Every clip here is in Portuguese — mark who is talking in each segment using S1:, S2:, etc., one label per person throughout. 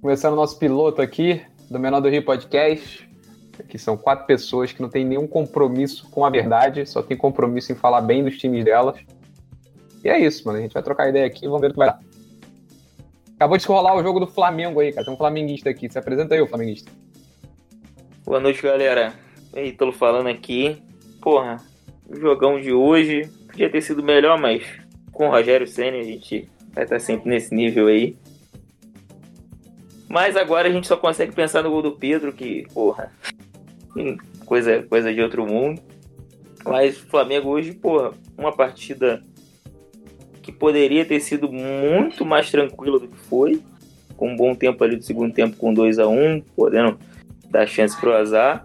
S1: começando o nosso piloto aqui do Menor do Rio Podcast. Aqui são quatro pessoas que não têm nenhum compromisso com a verdade, só tem compromisso em falar bem dos times delas. E é isso, mano. A gente vai trocar ideia aqui, vamos ver o que vai dar. Acabou de rolar o jogo do Flamengo aí, cara. Tem um flamenguista aqui. Se apresenta aí, o flamenguista.
S2: Boa noite, galera. Ei, tô falando aqui. Porra, o jogão de hoje podia ter sido melhor, mas com o Rogério Senna a gente vai estar sempre nesse nível aí. Mas agora a gente só consegue pensar no gol do Pedro, que, porra, hum, coisa, coisa de outro mundo. Mas o Flamengo hoje, porra, uma partida que poderia ter sido muito mais tranquila do que foi, com um bom tempo ali do segundo tempo com 2 a 1 um, podendo dar chance pro azar,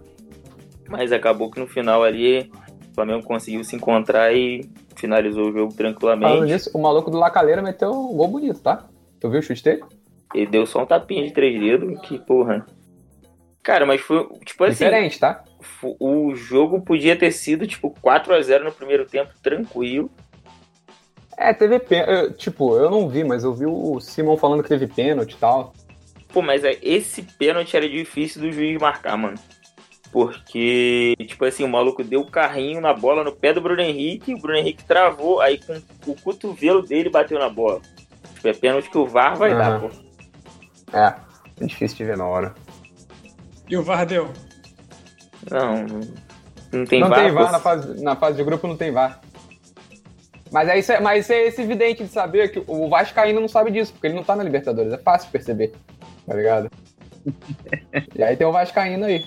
S2: mas acabou que no final ali o Flamengo conseguiu se encontrar e finalizou o jogo tranquilamente.
S1: Falando nisso, o maluco do Lacaleira meteu um gol bonito, tá? Tu viu o chute dele?
S2: Ele deu só um tapinha de três dedos, que porra. Cara, mas foi, tipo assim...
S1: Diferente, tá?
S2: O jogo podia ter sido, tipo, 4 a 0 no primeiro tempo, tranquilo.
S1: É, teve pênalti. Tipo, eu não vi, mas eu vi o Simon falando que teve pênalti e tal.
S2: Pô, mas é, esse pênalti era difícil do juiz marcar, mano. Porque, tipo assim, o maluco deu o carrinho na bola no pé do Bruno Henrique, o Bruno Henrique travou, aí com o cotovelo dele bateu na bola. Tipo, é pênalti que o VAR vai uhum. dar, pô.
S1: É, é difícil de ver na hora.
S3: E o VAR deu?
S2: Não, não tem
S1: não
S2: VAR.
S1: Não tem VAR, na fase, na fase de grupo não tem VAR. Mas é, isso, mas é esse vidente de saber que o Vasco ainda não sabe disso, porque ele não tá na Libertadores. É fácil perceber, tá ligado? e aí tem o Vascaíno aí.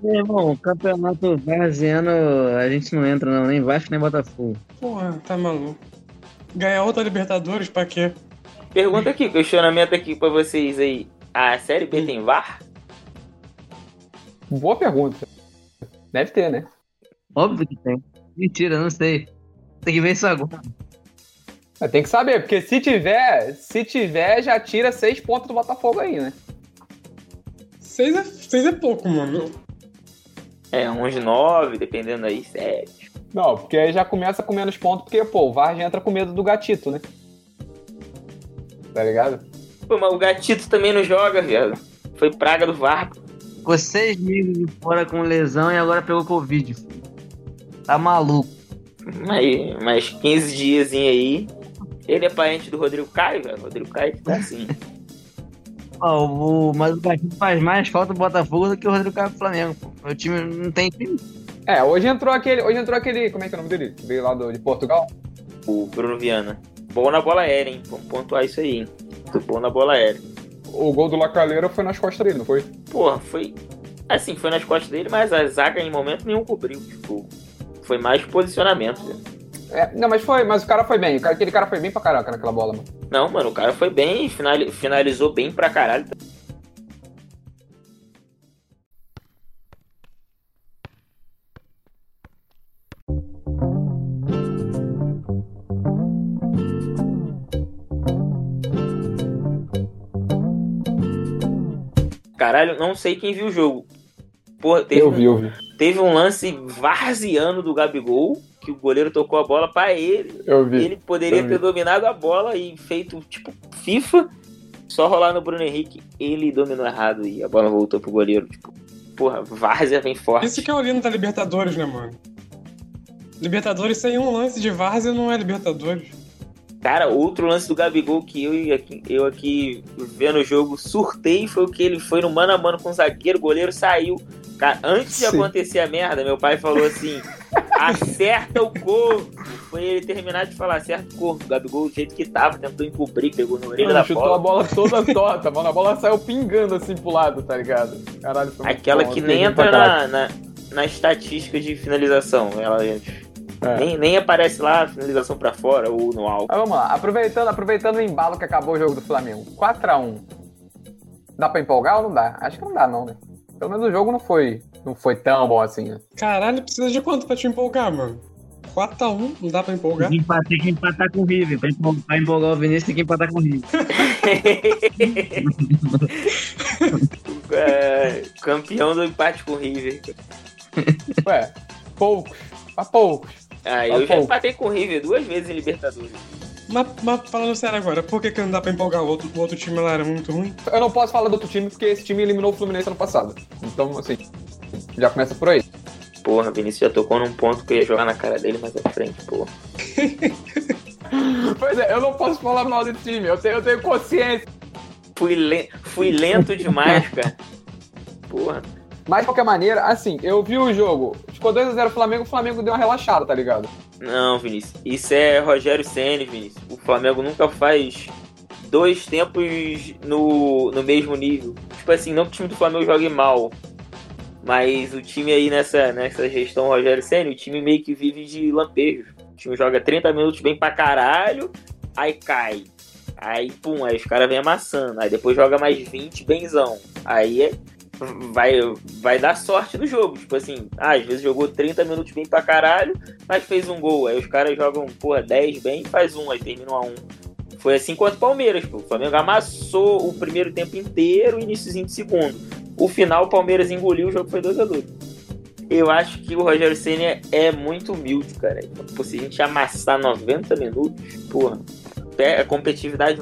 S4: Meu irmão, o campeonato varziano a gente não entra, não, nem Vasco nem Botafogo.
S3: Porra, tá maluco. Ganhar outra Libertadores pra quê?
S2: Pergunta aqui, questionamento aqui pra vocês aí. A Série
S1: Hum.
S2: B tem VAR?
S1: Boa pergunta. Deve ter, né?
S4: Óbvio que tem. Mentira, não sei. Tem que ver isso agora.
S1: Tem que saber, porque se tiver, se tiver, já tira seis pontos do Botafogo aí, né?
S3: Seis é, seis é pouco, mano.
S2: É, uns nove, dependendo aí, sete.
S1: Não, porque aí já começa com menos pontos, porque, pô, o Vargas entra com medo do gatito, né? Tá ligado?
S2: Pô, mas o gatito também não joga, viado. Foi praga do VAR.
S4: Ficou seis meses fora com lesão e agora pegou Covid. Tá maluco
S2: mais, mais 15 dias aí. Ele é parente do Rodrigo Caio, velho. Rodrigo Caio que tá assim.
S4: Oh, o, mas o Baixinho faz mais falta do Botafogo do que o Rodrigo Caio do Flamengo. Pô. O time não tem time.
S1: É, hoje entrou aquele. Hoje entrou aquele. Como é que é o nome dele? Que veio lá do, de Portugal?
S2: O Bruno Viana. Bom na bola aérea, hein? Vamos pontuar isso aí, hein? Muito bom na bola aérea.
S1: O gol do Lacaleira foi nas costas dele, não foi?
S2: Porra, foi. Assim, foi nas costas dele, mas a zaga em momento nenhum cobriu. Tipo, foi mais posicionamento.
S1: É, não, mas foi, mas o cara foi bem. Aquele cara foi bem pra caraca naquela bola, mano.
S2: Não, mano, o cara foi bem, finalizou bem pra caralho. Caralho, não sei quem viu o jogo. Porra, teve
S1: eu vi, eu vi.
S2: Teve um lance varziano do Gabigol, que o goleiro tocou a bola para ele.
S1: Eu vi.
S2: Ele poderia
S1: vi.
S2: ter dominado a bola e feito tipo FIFA, só rolar no Bruno Henrique. Ele dominou errado e a bola voltou pro goleiro. Tipo, porra, várzea vem forte.
S3: Isso que é o lindo da Libertadores, né, mano? Libertadores sem um lance de várzea não é Libertadores.
S2: Cara, outro lance do Gabigol que eu aqui, eu aqui vendo o jogo surtei foi o que ele foi no mano a mano com o zagueiro, o goleiro saiu. Cara, antes Sim. de acontecer a merda, meu pai falou assim: acerta o corpo. Foi ele terminar de falar, acerta o corpo. O Gabigol, do jeito que tava, tentou encobrir, pegou na orelha Mano, da
S1: chutou
S2: bola.
S1: a bola toda torta, mano. A bola saiu pingando assim pro lado, tá ligado? Caralho, foi
S2: Aquela
S1: bom,
S2: que nem entra na, na, na, estatística de finalização. Ela. É. Nem, nem aparece lá finalização para fora ou no alto.
S1: Mas vamos lá, aproveitando, aproveitando o embalo que acabou o jogo do Flamengo. 4x1. Dá pra empolgar ou não dá? Acho que não dá, não, né? Pelo menos o jogo não foi, não foi tão bom assim. Né?
S3: Caralho, precisa de quanto pra te empolgar, mano? 4x1, não dá pra empolgar?
S4: Tem que empatar, com o River. Pra empolgar, pra empolgar o Vinícius, tem que empatar com o River.
S2: é, campeão do empate com o River.
S1: Ué, poucos. Pra poucos.
S2: Ah, eu já empatei com o River duas vezes em Libertadores.
S3: Mas, mas falando sério agora, por que, que não dá pra empolgar o outro? O outro time lá era muito ruim?
S1: Eu não posso falar do outro time porque esse time eliminou o Fluminense ano passado. Então, assim, já começa por aí.
S2: Porra, Vinícius já tocou num ponto que eu ia jogar na cara dele mais à frente, porra.
S1: Pois é, eu não posso falar mal desse time. Eu tenho, eu tenho consciência.
S2: Fui, le- fui lento demais, cara. Porra.
S1: Mas, de qualquer maneira, assim, eu vi o jogo. Ficou 2x0 o Flamengo, o Flamengo deu uma relaxada, tá ligado?
S2: Não, Vinícius. Isso é Rogério Ceni, Vinícius. O Flamengo nunca faz dois tempos no, no mesmo nível. Tipo assim, não que o time do Flamengo jogue mal. Mas o time aí nessa, nessa gestão Rogério Ceni, o time meio que vive de lampejos. O time joga 30 minutos bem pra caralho, aí cai. Aí, pum, aí os caras vêm amassando. Aí depois joga mais 20, benzão. Aí é- vai, vai dar sorte no jogo. Tipo assim, ah, às vezes jogou 30 minutos bem pra caralho, mas fez um gol. Aí os caras jogam, porra, 10 bem e faz um, aí termina 1 a 1 Foi assim contra o Palmeiras, pô. O Flamengo amassou o primeiro tempo inteiro, iníciozinho de segundo. O final, o Palmeiras engoliu, o jogo foi 2x2. Eu acho que o Rogério Senna é- é muito humilde, cara. Então, pô, se a gente amassar 90 minutos, porra, é- a competitividade.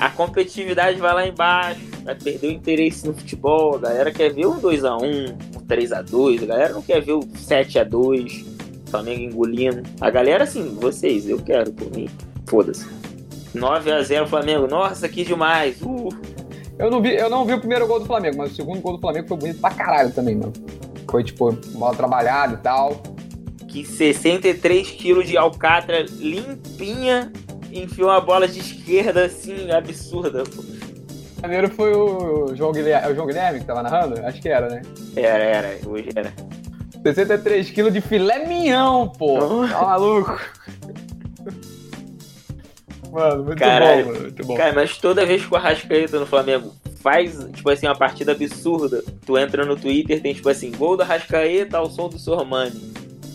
S2: A competitividade vai lá embaixo, vai perder o interesse no futebol. A galera quer ver um 2x1, um 3x2, a galera não quer ver o 7x2. Flamengo engolindo. A galera, assim, vocês, eu quero, por mim. Foda-se. 9x0 Flamengo. Nossa, que demais. Uh,
S1: Eu não, vi, eu não vi o primeiro gol do Flamengo, mas o segundo gol do Flamengo foi bonito pra caralho também, mano. Foi, tipo, bola trabalhada e tal.
S2: que 63 quilos de alcatra limpinha enfiou uma bola de esquerda, assim, absurda. pô.
S1: O primeiro foi o João Guilherme, é o João Guilherme que tava narrando? Acho que era, né?
S2: Era, era. Hoje era.
S1: 63 quilos de filé mignon, pô. Tá maluco? Mano, muito
S2: Caralho.
S1: bom, mano. Muito bom.
S2: Cara, mas toda vez que o Arrascaeta no Flamengo faz, tipo assim, uma partida absurda, tu entra no Twitter, tem tipo assim, gol do Arrascaeta ao som do Sormani.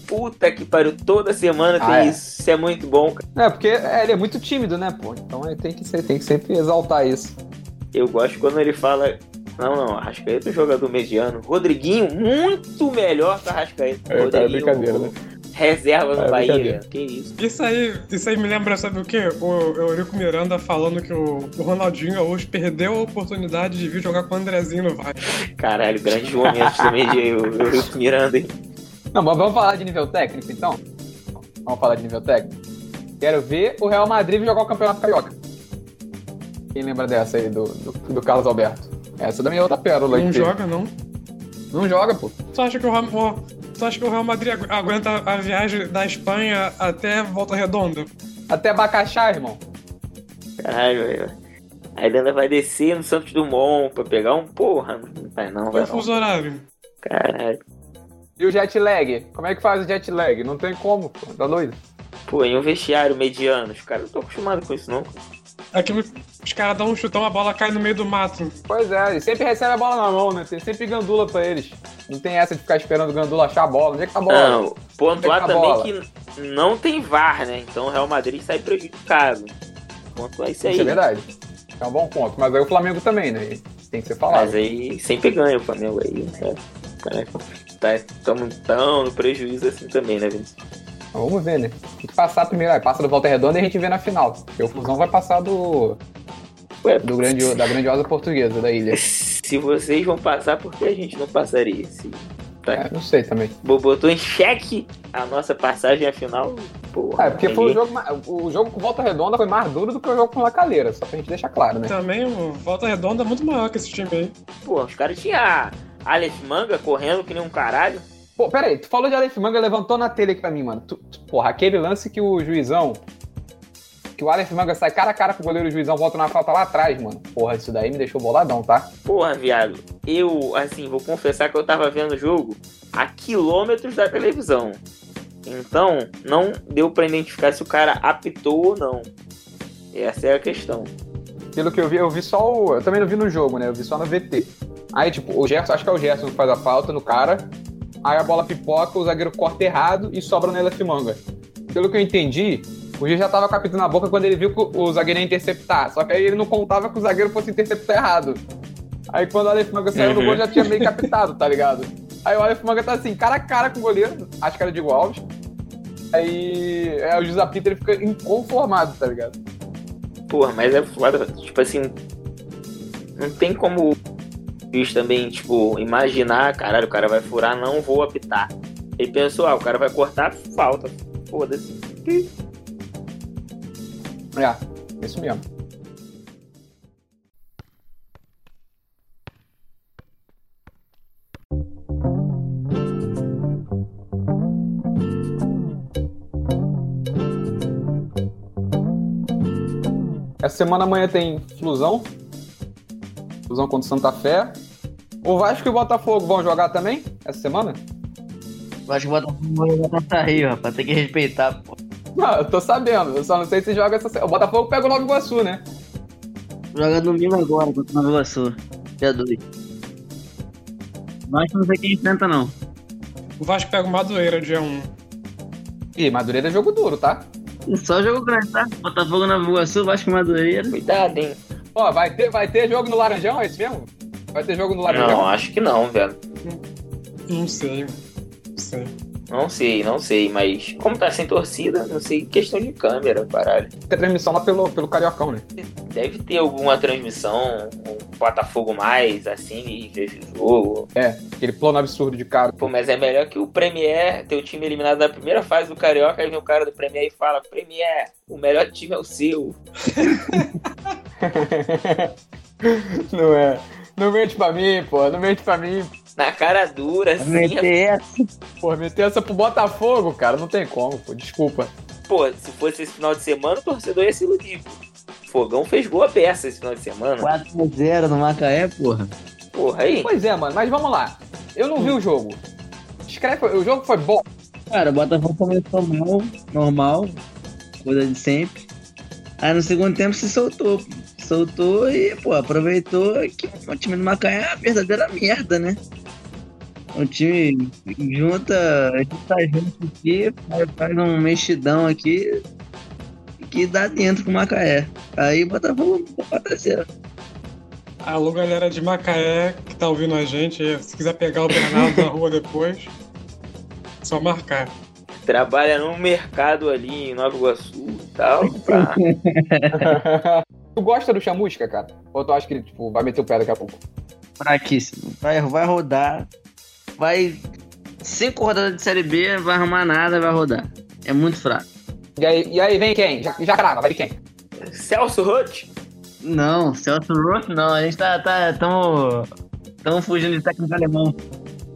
S2: Puta que pariu, toda semana tem
S1: Ah, é.
S2: isso. Isso é muito bom, cara.
S1: É, porque é, ele é muito tímido, né, pô? Então ele tem que, ser- tem que sempre exaltar isso.
S2: Eu gosto quando ele fala. Não, não, Arrascaeta é um jogador mediano. Rodriguinho, muito melhor que o Arrascaeta.
S1: É, cara, é
S2: Rodriguinho,
S1: brincadeira, né?
S2: Reserva no
S1: É,
S2: Bahia.
S1: brincadeira.
S2: Que isso.
S3: Isso aí, isso aí me lembra, sabe o quê? O Eurico Miranda falando que o, o Ronaldinho Gaúcho perdeu a oportunidade de vir jogar com o Andrezinho no Vasco.
S2: Caralho, grandes momentos também de o o Rico Miranda. hein?
S1: Não, mas vamos falar de nível técnico, então? Vamos falar de nível técnico? Quero ver o Real Madrid jogar o Campeonato Carioca. Quem lembra dessa aí, do, do, do Carlos Alberto? Essa também é outra pérola. aí
S3: Não
S1: que-
S3: joga, não.
S1: Não joga, pô.
S3: Tu acha que o, Ram- o- tu acha que o Real Madrid agu- aguenta a viagem da Espanha até Volta Redonda?
S1: Até Bacaxá, irmão.
S2: Caralho, velho. Aí ainda vai descer no Santos Dumont pra pegar um porra. Não vai não,
S3: Foi
S2: vai não.
S3: o é fuso horário.
S2: Caralho.
S1: E o jet lag? Como é que faz o jet lag? Não tem como, pô. Tá doido?
S2: Pô, em um vestiário mediano. Os caras não estão acostumados com isso, não.
S3: Aqui É os caras dão um chutão, a bola cai no meio do mato.
S1: Pois é, e sempre recebe a bola na mão, né? Tem sempre gandula pra eles. Não tem essa de ficar esperando o gandula achar a bola. Onde é que tá a bola?
S2: Não, pontuar
S1: Pega a
S2: também
S1: bola.
S2: que não tem VAR, né? Então o Real Madrid sai prejudicado. Pontuar isso aí.
S1: Isso é verdade. É um bom ponto. Mas aí o Flamengo também, né? Tem que ser falado.
S2: Mas é. aí sempre ganha o Flamengo aí, né? Caraca. Tá, estamos tão no prejuízo assim também, né, Vinícius?
S1: Mas Vamos ver, né? Tem que passar primeiro. Aí passa do Volta Redonda e a gente vê na final. Porque o Fusão vai passar do,
S2: Ué,
S1: do grande, da grandiosa portuguesa da ilha.
S2: se vocês vão passar, por que a gente não passaria? Se
S1: É, não sei também.
S2: botou em xeque a nossa passagem à final, porra.
S1: É, porque foi o
S2: ninguém-
S1: jogo, ma- o jogo com Volta Redonda foi mais duro do que o jogo com Lacaleira. Só pra gente deixar claro,
S2: É.
S1: né?
S3: Também o Volta Redonda é muito maior que esse time aí.
S2: Porra, os caras tinham a Alex Manga correndo que nem um caralho.
S1: Pô, pera aí, tu falou de Aleph Manga, levantou na telha aqui pra mim, mano. Tu, tu- porra, aquele lance que o juizão. Que o Aleph Manga sai cara a cara pro goleiro, o juizão volta na falta lá atrás, mano. Porra, isso daí me deixou boladão, tá?
S2: Porra, viado, eu, assim, vou confessar que eu tava vendo o jogo a quilômetros da televisão. Então, não deu pra identificar se o cara apitou ou não. Essa é a questão.
S1: Pelo que eu vi, eu vi só o. Eu também não vi no jogo, né? Eu vi só no VT. Aí, tipo, o Gerson, acho que é o Gerson que faz a falta no cara. Aí a bola pipoca, o zagueiro corta errado e sobra no Aleph Manga. Pelo que eu entendi, o G já tava com a pita na boca quando ele viu que o o zagueiro ia interceptar. Só que aí ele não contava que o zagueiro fosse interceptar errado. Aí quando o Aleph Manga saiu do
S2: Uhum.
S1: gol, já tinha meio captado, tá ligado? Aí o Aleph Manga tá assim, cara a cara com o goleiro, acho que era de Alves. Aí é, o Jusapita ele fica inconformado, tá ligado?
S2: Porra, mas é foda. Tipo assim. Não tem como juiz também, tipo, imaginar, caralho, o cara vai furar, não vou apitar. Ele pensou, ah, o cara vai cortar, falta. Foda-se.
S1: É, isso mesmo. Essa semana amanhã tem Flusão. Flusão contra o Santa Fé. O Vasco e o Botafogo vão jogar também essa semana?
S5: Eu acho que o Botafogo vai botar Rio, rapaz. Tem que respeitar, pô.
S1: Não, eu tô sabendo. Eu só não sei se joga essa semana. O Botafogo pega o Nova Iguaçu, né?
S5: Joga domingo agora contra o Nova Iguaçu. Dia 2. Vasco não sei quem enfrenta, não.
S3: O Vasco pega o Madureira dia 1.
S1: Ih, Madureira é jogo duro, tá?
S5: É Só jogo grande, tá? Botafogo na Iguaçu, Vasco e Madureira.
S2: Cuidado, hein?
S1: Ó, vai ter, vai ter jogo no Laranjão, é isso mesmo? Vai ter jogo no Laranjão?
S2: Não, acho que não, velho.
S3: Não um sei, mano. Não sei.
S2: Não sei, não sei, mas como tá sem torcida, não sei, questão de câmera, caralho.
S1: Tem transmissão lá pelo, pelo Cariocão, né?
S2: Deve ter alguma transmissão, um Botafogo mais, assim, livre esse jogo.
S1: Aquele plano absurdo de cara.
S2: Pô, mas é melhor que o Premier, teu time eliminado na primeira fase do Carioca, aí vem o cara do Premier e fala, Premier, o melhor time é o seu.
S1: não é. Não mente pra mim, pô. Não mente pra mim.
S2: Na cara dura, assim,
S5: MTS.
S1: Pô, meter essa pro Botafogo, cara, não tem como, pô. Desculpa.
S2: pô, se fosse esse final de semana, o torcedor ia se iludir. Fogão fez gol a peça esse final de semana.
S5: 4x0 no Macaé, porra.
S2: Porra, aí.
S1: Pois é, mano, mas vamos lá. Eu não vi o jogo. Escreve, o jogo foi bom.
S5: Cara, o Botafogo começou mal, normal, coisa de sempre. Aí no segundo tempo se soltou. pô. Soltou e, pô, aproveitou que o time do Macaé é uma verdadeira merda, né? O time junta, junta gente tá aqui, faz- faz um mexidão aqui que dá dentro com o Macaé. Aí o Botafogo é apareceu.
S3: Alô, galera de Macaé que tá ouvindo a gente. aí, Se quiser pegar o Bernardo na rua depois, só marcar.
S2: Trabalha num mercado ali em Nova Iguaçu e tal. Pra...
S1: tu gosta do Chamusca, cara? Ou tu acha que ele, tipo, vai meter o pé daqui a pouco?
S5: fraquíssimo. Vai, vai rodar. Vai. Cinco rodadas de Série B, vai arrumar nada, vai rodar. É muito fraco.
S1: E aí, e aí vem quem? Ja- Jacarada, vai vir quem?
S2: Celso Roth?
S5: Não, Celso Roth não. A gente tá. tá tão, tão fugindo de técnico alemão.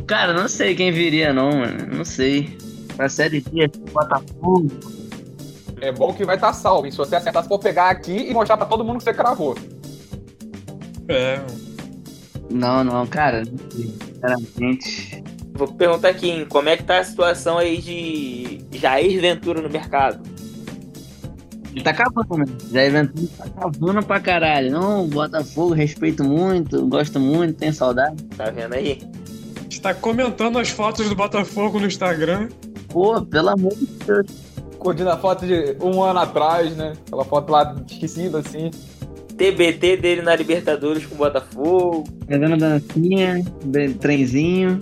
S5: Cara, não sei quem viria, não, mano. Não sei. Pra Série B, Botafogo.
S1: É bom que vai estar salvo. hein? Se você acertar, você pode pegar aqui e mostrar pra todo mundo que você cravou.
S3: É,
S5: Não, não, cara. não sei. Sinceramente.
S2: Vou perguntar aqui, hein, como é que tá a situação aí de Jair Ventura no mercado?
S5: Ele tá acabando, mano. Zé Ventura tá acabando pra caralho. Não, Botafogo, respeito muito, gosto muito, tenho saudade.
S2: Tá vendo aí?
S3: está tá comentando as fotos do Botafogo no Instagram.
S5: Pô, pelo amor de Deus.
S1: Curtindo a foto de um ano atrás, né? Aquela foto lá esquecida, assim.
S2: TBT dele na Libertadores com o Botafogo.
S5: Fazendo dancinha, be- trenzinho.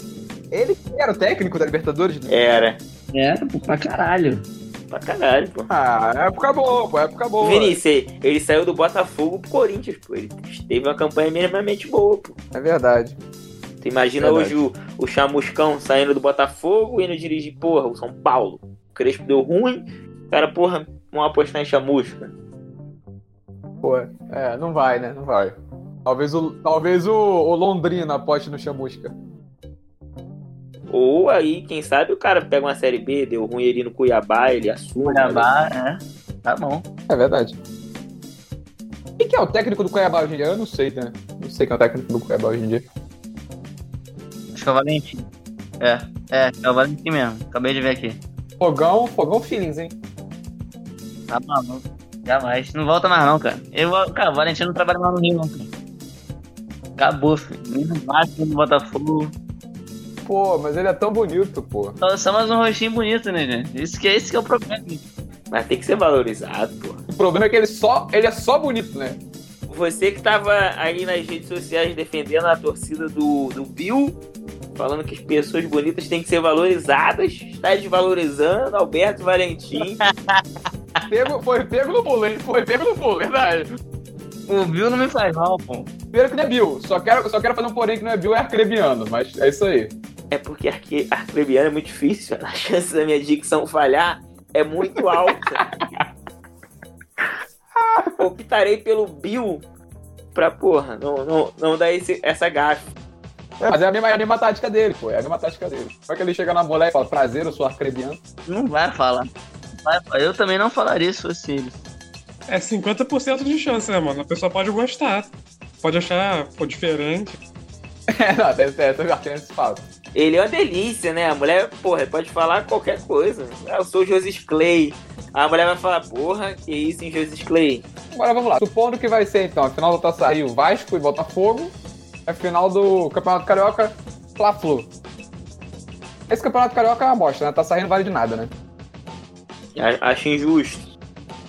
S1: Ele que era o técnico da Libertadores? né?
S2: Era.
S5: É, pô, pra caralho.
S2: Pra caralho, pô.
S1: Ah, época boa, pô, época boa.
S2: Vinícius, ele saiu do Botafogo pro Corinthians, pô. Ele teve uma campanha minimamente boa, pô.
S1: É verdade.
S2: Tu imagina
S1: Verdade.
S2: hoje o, o Chamuscão saindo do Botafogo e indo dirigir, porra, o São Paulo. O Crespo deu ruim, o cara, porra, vão apostar em Chamusca.
S1: Pô, é, não vai, né? Não vai. Talvez o, talvez o, o Londrina aposte no Chamusca.
S2: Ou aí, quem sabe, o cara pega uma Série B, deu ruim ali no Cuiabá, ele assume.
S5: Cuiabá, é. Tá bom.
S1: É verdade. E quem é o técnico do Cuiabá hoje em dia? Eu não sei, né? Não sei quem é o técnico do Cuiabá hoje em dia.
S5: Acho que é o Valentim. É, é, é o Valentim mesmo. Acabei de ver aqui.
S1: Fogão, fogão feelings, hein?
S5: Tá maluco. Jamais. Não volta mais não, cara. Eu, cara, o Valentim não trabalha mais no Rio, não, cara. Acabou, filho. Nem no Vasco, nem no Botafogo.
S1: Pô, mas ele é tão bonito, pô.
S5: Só, só mais um rostinho bonito, né, gente? Isso que, esse que é o problema. gente.
S2: Mas tem que ser valorizado, porra.
S1: O problema é que ele só, ele é só bonito, né?
S2: Você que tava aí nas redes sociais defendendo a torcida do, do Bill, falando que as pessoas bonitas têm que ser valorizadas, está desvalorizando Alberto Valentim.
S1: Pego- foi pego no pulo, foi pego no pulo, verdade.
S5: O Bill não me faz mal, pô.
S1: Primeiro que não é Bill, só quero, só quero fazer um porém que não é Bill, é arcrebiano, mas é isso aí.
S2: É porque arque... arcrebiano é muito difícil, a chance da minha dicção falhar é muito alta. Optarei pelo Bill pra porra, não, não, não dar esse, essa gafe.
S1: É, mas é a, mesma, é a mesma tática dele, pô, é a mesma tática dele. Só que ele chega na mulher e fala, prazer, eu sou arcrebiano.
S5: Não vai falar. Não vai falar. Eu também não falaria se fosse ele.
S3: É 50% de chance, né, mano? A pessoa pode gostar. Pode achar, pô, diferente.
S1: É, não, é certo, o arcrebiano se fala.
S2: Ele é uma delícia, né? A mulher, porra, pode falar qualquer coisa. Ah, Eu sou o Joseph Clay. A mulher vai falar, porra, que isso, hein, Joseph Clay?
S1: Agora vamos lá, supondo que vai ser então a final da Taça Rio, Vasco e Botafogo, a final do Campeonato Carioca, Fla-Flu. Esse Campeonato Carioca é uma bosta, né? A Taça Rio não vale de nada, né?
S2: A- Acho injusto.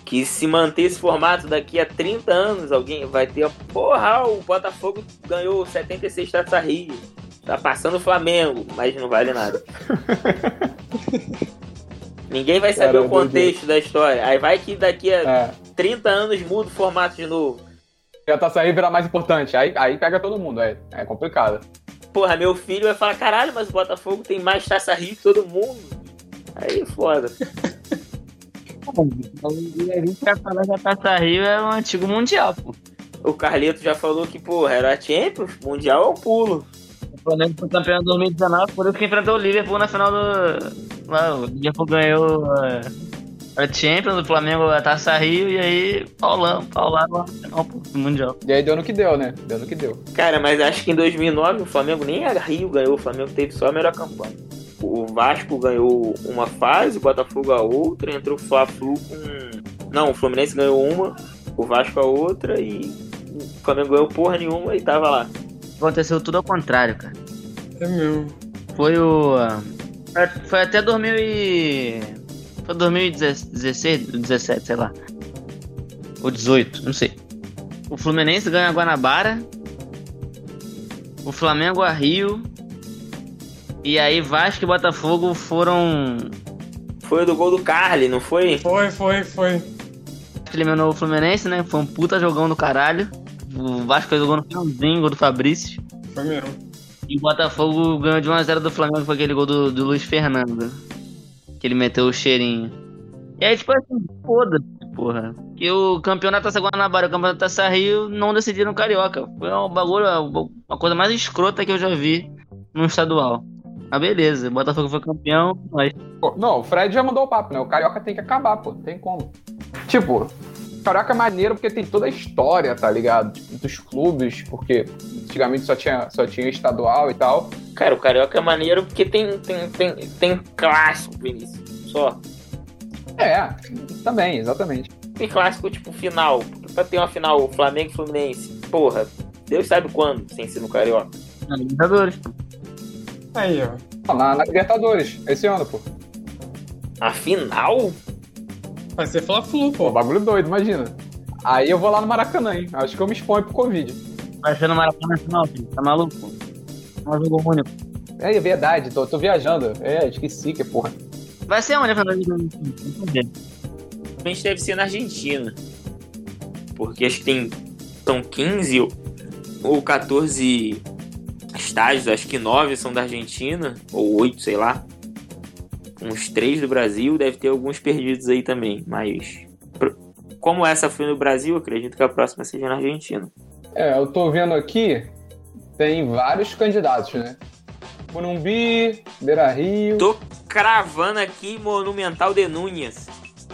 S2: Que se manter esse formato daqui a 30 anos, alguém vai ter. Porra, o Botafogo ganhou 76 Taça Rio. Tá passando o Flamengo, mas não vale nada. Ninguém vai saber
S1: Cara,
S2: o contexto da história. Aí vai que daqui a
S1: É.
S2: 30 anos muda o formato de novo.
S1: E a Taça Rio vira mais importante, aí, aí pega todo mundo, é, é complicado.
S2: Porra, meu filho vai falar, caralho, mas o Botafogo tem mais taça rio que todo mundo. Aí foda.
S5: A gente vai falar que a Taça Rio é um antigo mundial, pô.
S2: O Carleto já falou que, porra, era a Champions, Mundial é um pulo.
S5: O Flamengo foi campeão em 2019, por isso que enfrentou o Liverpool na final do. Lá, o Liverpool ganhou é, a Champions, o Flamengo a Taça Rio e aí Paulão, Paulão na final pô, do Mundial.
S1: E aí deu no que deu, né? Deu no que deu.
S2: Cara, mas acho que em 2009 o Flamengo nem a Rio ganhou, o Flamengo teve só a melhor campanha. O Vasco ganhou uma fase, o Botafogo a outra, entrou o Fla-Flu com... Não, o Fluminense ganhou uma, o Vasco a outra e o Flamengo ganhou porra nenhuma e tava lá.
S5: Aconteceu tudo ao contrário, cara.
S3: É meu.
S5: Foi o. ah, Foi até 2000 e... Foi 2016, 17, sei lá. Ou 18, não sei. O Fluminense ganha a Guanabara. O Flamengo a Rio. E aí Vasco e Botafogo foram.
S2: Foi o do gol do Carly, não foi?
S3: Foi, foi, foi.
S5: Eliminou o Fluminense, né? Foi um puta jogão do caralho. O Vasco fez o gol no finalzinho, gol do Fabrício.
S3: Foi mesmo.
S5: E o Botafogo ganhou de 1x0 do Flamengo com aquele gol do, do Luiz Fernando. Que ele meteu o cheirinho. E aí, tipo assim, foda-se, porra. Que o campeão da Taça Guanabara e o campeão da Taça Rio não decidiram o Carioca. Foi um bagulho, uma coisa mais escrota que eu já vi num estadual. Mas beleza, o Botafogo foi campeão, mas
S1: Pô, Não, o Fred já mandou o papo, né? O Carioca tem que acabar, pô. Não tem como. Tipo, o Carioca é maneiro porque tem toda a história, tá ligado? Tipo, dos clubes, porque antigamente só tinha, só tinha estadual e tal.
S2: Cara, o Carioca é maneiro porque tem, tem, tem, tem clássico, Vinícius. Só.
S1: É, também, exatamente.
S2: Tem clássico, tipo, final. Porque pra ter uma final Flamengo e Fluminense, porra, Deus sabe quando, sem ser no Carioca.
S5: tá na Libertadores.
S3: Aí, ó.
S1: Na, na Libertadores, esse ano, pô.
S2: A final?
S3: Vai ser Fla-Flu,
S1: Pô,
S3: pô.
S1: bagulho doido, imagina. Aí eu vou lá no Maracanã, hein? Acho que eu me exponho pro Covid.
S5: Vai ser no Maracanã final, filho. Tá maluco? É Um jogo único.
S1: É, é verdade, tô, tô viajando. É, esqueci que, porra.
S5: Vai ser onde, Fernando? Vamos ver.
S2: Provavelmente deve ser na Argentina. Porque acho que tem. São 15 ou- ou 14 estágios, acho que 9 são da Argentina, ou 8, sei lá. Uns 3 do Brasil, deve ter alguns perdidos aí também, mas. pro- Como essa foi no Brasil, acredito que a próxima seja na Argentina.
S1: É, eu tô vendo aqui, tem vários candidatos, né? Morumbi, Beira Rio.
S2: Tô cravando aqui Monumental de Núñez.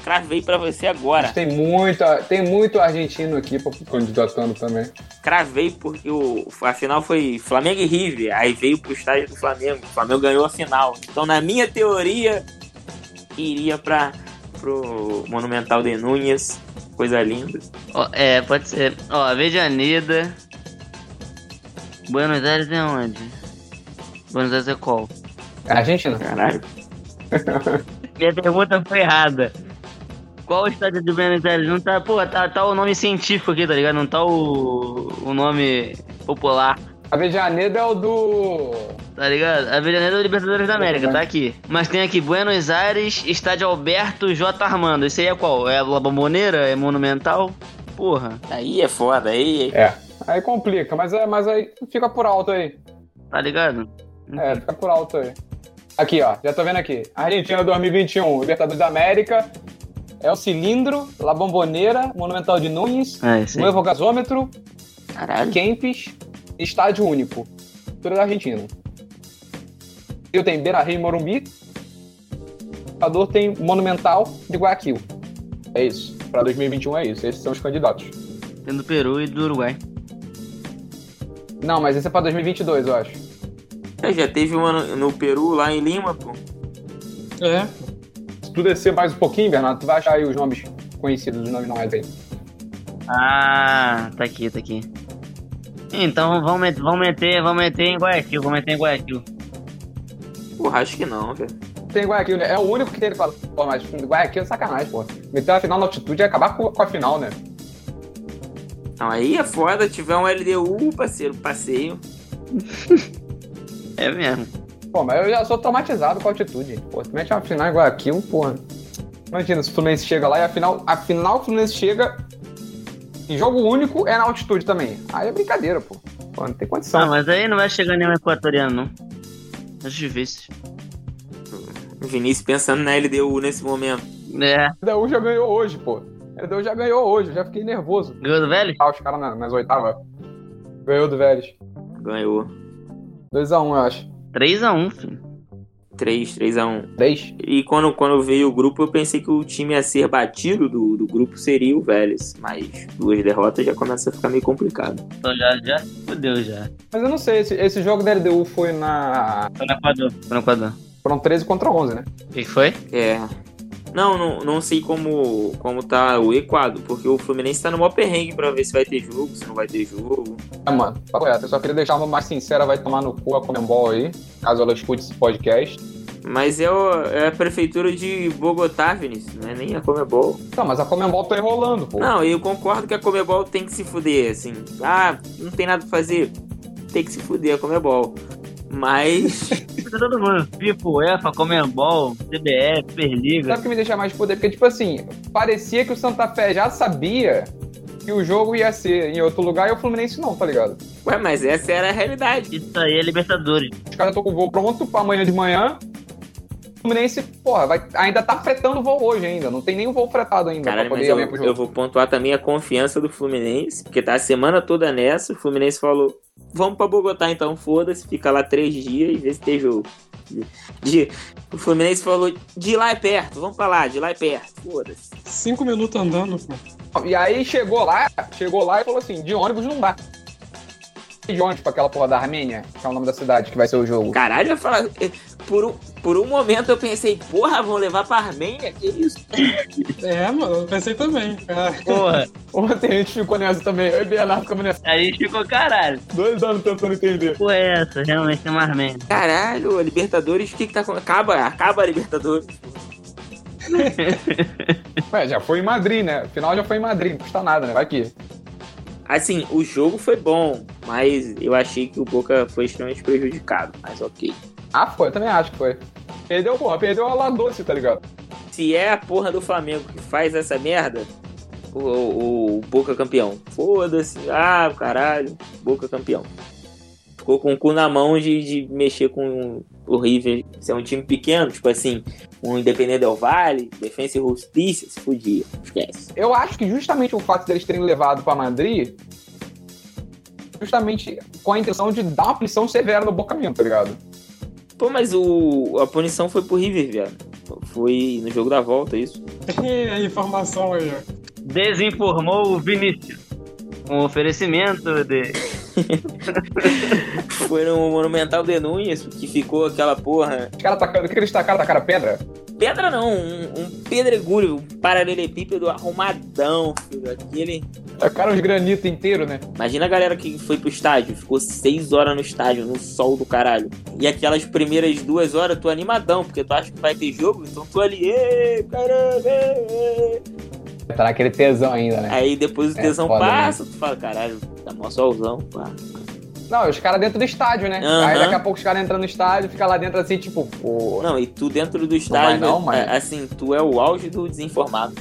S2: Cravei pra você
S1: Mas
S2: agora.
S1: Tem, muita, tem muito argentino aqui pra- candidatando também.
S2: Cravei porque o, a final foi Flamengo e River. Aí veio pro estádio do Flamengo. O Flamengo ganhou a final. Então, na minha teoria, iria pra, pro Monumental de Núñez. Coisa linda.
S5: Ó, é, pode ser. Ó, Avejaneda. Buenos Aires é onde? Buenos Aires é qual?
S1: É argentino?
S2: Caralho.
S5: Minha pergunta foi errada. Qual o estádio de Buenos Aires? Não tá, pô, tá, tá o nome científico aqui, tá ligado? Não tá o, o nome popular.
S1: Avejaneda é o do.
S5: tá ligado? Avenida do Libertadores da América, tá aqui. Mas tem aqui Buenos Aires, Estádio Alberto J. Armando. Esse aí é qual? É La Bombonera? É Monumental? Porra,
S2: Aí é foda, aí.
S1: É. Aí complica, mas, é, mas aí fica por alto aí.
S5: tá ligado?
S1: É, fica por alto aí. Aqui, ó, já tô vendo aqui. Argentina 2021, Libertadores da América. É o Cilindro, La Bomboneira, Monumental de Nunes,
S5: É, esse aí.
S1: Novo Gasômetro,
S5: Caralho.
S1: Kempis, Estádio Único. Tudo da Argentina. Eu tenho Beira Rio e Morumbi. O jogador tem Monumental de Guayaquil. É isso. Pra 2021 é isso. Esses são os candidatos.
S5: Tem do Peru e do Uruguai.
S1: Não, mas esse é pra 2022, eu acho.
S2: É, já teve uma no, no Peru, lá em Lima, pô.
S3: É.
S1: Se tu descer mais um pouquinho, Bernardo, tu vai achar aí os nomes conhecidos, os nomes normais aí.
S5: Ah, tá aqui, tá aqui. Então vamos meter, vamos meter, vamos meter em Guayaquil, vamos meter em Guayaquil.
S2: Porra, acho que não, velho.
S1: Tem Guayaquil, né? É o único que tem que falar. Pô, mas Guayaquil é sacanagem, pô. Meter a final na altitude e acabar com, com a final, né?
S2: Não, aí é foda, tiver um LDU, parceiro, passeio.
S5: É mesmo.
S1: Pô, mas eu já sou traumatizado com a altitude. Pô, tu mete uma final em Guayaquil, porra. Imagina, se o Fluminense chega lá e a final, a final o Fluminense chega em jogo único é na altitude também. Aí é brincadeira, pô. Pô, não tem
S5: Ah,
S1: condição.
S5: mas aí não vai chegar nenhum equatoriano, não. Acho É difícil.
S2: O Vinícius pensando na LDU nesse momento.
S5: É,
S1: O LDU já ganhou hoje, pô. O LDU já ganhou hoje, eu já fiquei nervoso.
S5: ganhou do velho?
S1: Ah, os caras na- nas oitavas. Ganhou do Vélez.
S2: Ganhou.
S1: 2x1, eu acho.
S5: 3x1, filho.
S2: 3, 3x1.
S1: 3?
S2: E quando, quando veio o grupo, eu pensei que o time a ser batido do, do grupo seria o Vélez. Mas duas derrotas já começa a ficar meio complicado.
S5: Então já, já se fudeu já.
S1: Mas eu não sei, esse, esse jogo da LDU foi na.
S5: Foi no Equador. Foi no Equador.
S1: Foram 13 contra 11, né?
S5: O que que foi?
S2: É. Não, não, não sei como, como tá o Equador, porque o Fluminense tá no maior perrengue pra ver se vai ter jogo, se não vai ter jogo.
S1: É, mano, papo reto, eu só queria deixar uma mais sincera, vai tomar no cu a Comembol aí, caso ela escute esse podcast.
S2: Mas é, o- é a prefeitura de Bogotá, Vinícius, não é nem a Comebol.
S1: Não, mas a Comembol tá enrolando, pô.
S2: Não, eu concordo que a Comebol tem que se fuder, assim. Ah, não tem nada pra fazer, tem que se fuder a Comebol. Mas
S5: Tá todo mundo. FIFA, UEFA, Comembol, CBF, Superliga.
S1: Sabe o que me deixa mais poder? Porque, tipo assim, parecia que o Santa Fé já sabia que o jogo ia ser em outro lugar e o Fluminense não, tá ligado?
S2: Ué, mas essa era a realidade.
S5: Isso aí é Libertadores.
S1: Os caras estão com o voo pronto pra amanhã de manhã. O Fluminense, porra, vai, ainda tá fretando o voo hoje ainda. Não tem nenhum voo fretado ainda
S2: Caralho,
S1: pra
S2: mas
S1: poder
S2: eu,
S1: ir pro
S2: eu
S1: jogo.
S2: vou pontuar também a confiança do Fluminense, porque tá a semana toda nessa, o Fluminense falou, vamos pra Bogotá então, foda-se, fica lá três dias e vê se tem jogo. De- o Fluminense falou, de lá é perto, vamos pra lá, de lá é perto, foda-se.
S3: Cinco minutos andando, pô.
S1: E aí chegou lá, chegou lá e falou assim, de ônibus não dá. De ônibus pra aquela porra da Armênia, que é o nome da cidade que vai ser o jogo.
S2: Caralho, eu falo, eh, por um, por um momento eu pensei, porra, vão levar pra Armênia, que isso?
S3: É, mano, eu pensei também. É, cara.
S5: Porra,
S1: Ontem a gente ficou nessa também. Eu e Bernardo ficamos nessa.
S5: a gente ficou caralho.
S1: Dois anos tentando entender.
S5: Porra, é essa? Realmente é uma Armênia.
S2: Caralho, a Libertadores, o que que tá acontecendo? Acaba, acaba a Libertadores.
S1: Ué, já foi em Madrid, né? Afinal, já foi em Madrid. Não custa nada, né? Vai aqui.
S2: Assim, o jogo foi bom, mas eu achei que o Boca foi extremamente prejudicado, mas ok.
S1: Ah, foi. Eu também acho que foi. Perdeu, porra. Perdeu a La Doce, tá ligado?
S2: Se é a porra do Flamengo que faz essa merda, o, o- o Boca é campeão. Foda-se. Ah, caralho. Boca é campeão. Ficou com o cu na mão de, de mexer com o River. Se é um time pequeno, tipo assim, um Independente Del Vale, Defensa e Justiça, se fudia. Esquece.
S1: Eu acho que justamente o fato deles terem levado pra Madrid... Justamente com a intenção de dar uma punição severa no Boca mesmo, tá ligado?
S2: Pô, mas o, a punição foi pro River, velho. Foi no jogo da volta, isso.
S3: E a informação aí, ó.
S5: Desinformou o Vinícius. Um oferecimento de.
S2: Foi no Monumental de Nunes, que ficou aquela porra
S1: Os caras tacando... O que eles tacaram? Tacaram pedra?
S2: Pedra não, um, um pedregulho, um paralelepípedo arrumadão, filho. Aquele.
S1: Tacaram os granitos inteiro, né?
S2: Imagina a galera que foi pro estádio, ficou seis horas no estádio, no sol do caralho. E aquelas primeiras duas horas, tu animadão, porque tu acha que vai ter jogo, então tu ali, "Ê, caralho. ê".
S1: Tá naquele tesão ainda, né?
S2: Aí depois o
S1: É,
S2: tesão
S1: foda,
S2: passa, tu fala, caralho, tá mó solzão, pá.
S1: Não, os caras dentro do estádio, né?
S2: Aham.
S1: Aí daqui a pouco os caras entram no estádio, fica lá dentro assim, tipo, pô.
S2: Não, e tu dentro do estádio,
S1: não, mas-
S2: é, assim, tu é o auge do desinformado.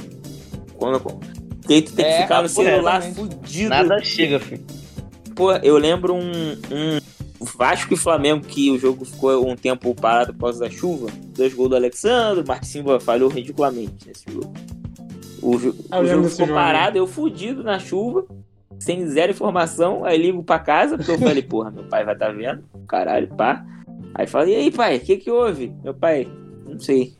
S2: Quando, porque aí tu tem que
S1: É,
S2: ficar no
S1: pô,
S2: celular
S1: exatamente.
S2: fudido.
S5: Nada chega, filho.
S2: Pô, eu lembro um, um Vasco e Flamengo que o jogo ficou um tempo parado por causa da chuva. Dois gols do Alexandre, o Martins Silva falhou ridiculamente nesse jogo. O, jo-
S3: Ah,
S2: o
S3: eu lembro
S2: jogo
S3: desse
S2: ficou
S3: jogo.
S2: parado, eu fudido na chuva, sem zero informação. Aí ligo pra casa, porque eu falei, porra, meu pai vai tá vendo, caralho, pá. Aí falei, e aí, pai, o que que houve? Meu pai, não sei.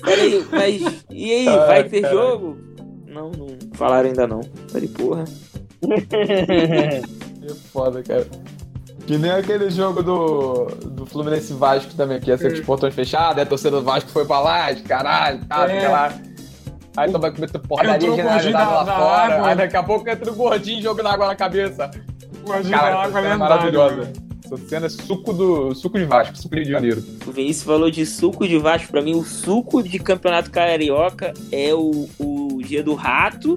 S2: Falei, mas e aí,
S3: Ah,
S2: vai ter
S3: caralho.
S2: jogo? Não, não falaram ainda não. Falei, porra.
S1: Que É foda, cara. Que nem aquele jogo do, do Fluminense Vasco também, que ia
S3: É.
S1: ser com os portões fechados, aí a torcida do Vasco foi pra lá, de caralho, tá,
S3: É.
S1: fica lá. Aí toma comendo
S3: Entrou
S1: porradaria
S3: o gordinho
S1: generalizada
S3: da-
S1: lá
S3: da
S1: fora.
S3: água.
S1: Aí daqui a pouco entra o gordinho jogando água na cabeça.
S3: Imagina
S1: Cara,
S3: a
S1: essa
S3: água
S1: cena é
S3: lendária. né?
S1: maravilhosa. Essa cena é suco do. suco de Vasco, suco do Rio de Janeiro.
S2: O Vinícius falou de suco de Vasco. Pra mim, o suco de campeonato carioca é o, o dia do rato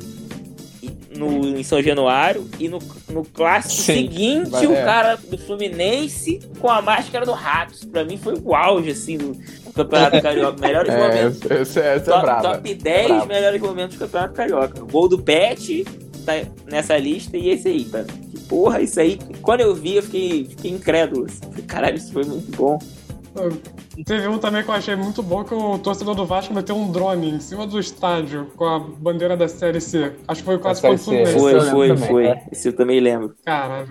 S2: e- no, em São Januário. E no, no clássico
S1: Sim.
S2: seguinte,
S1: Vai-
S2: o
S1: é.
S2: cara do Fluminense com a máscara do rato. Isso Pra mim foi o auge, assim, do campeonato carioca. Melhores
S1: É,
S2: momentos.
S1: essa, essa, essa é
S2: Top,
S1: brava.
S2: top 10
S1: brava.
S2: melhores momentos do campeonato carioca. O gol do Pet tá nessa lista e esse aí, cara. Que porra, isso aí. Quando eu vi, eu fiquei, fiquei incrédulo. assim. Falei, Caralho, isso foi muito bom.
S3: Teve um também que eu achei muito bom, que o torcedor do Vasco meteu um drone em cima do estádio com a bandeira da Série C. Acho que foi quase
S1: Da
S3: contra o
S1: Série C.
S3: Fluminense.
S1: eu
S2: Foi,
S1: lembro
S2: foi,
S1: também,
S2: foi.
S1: é.
S2: Esse eu também né? lembro.
S3: Caralho.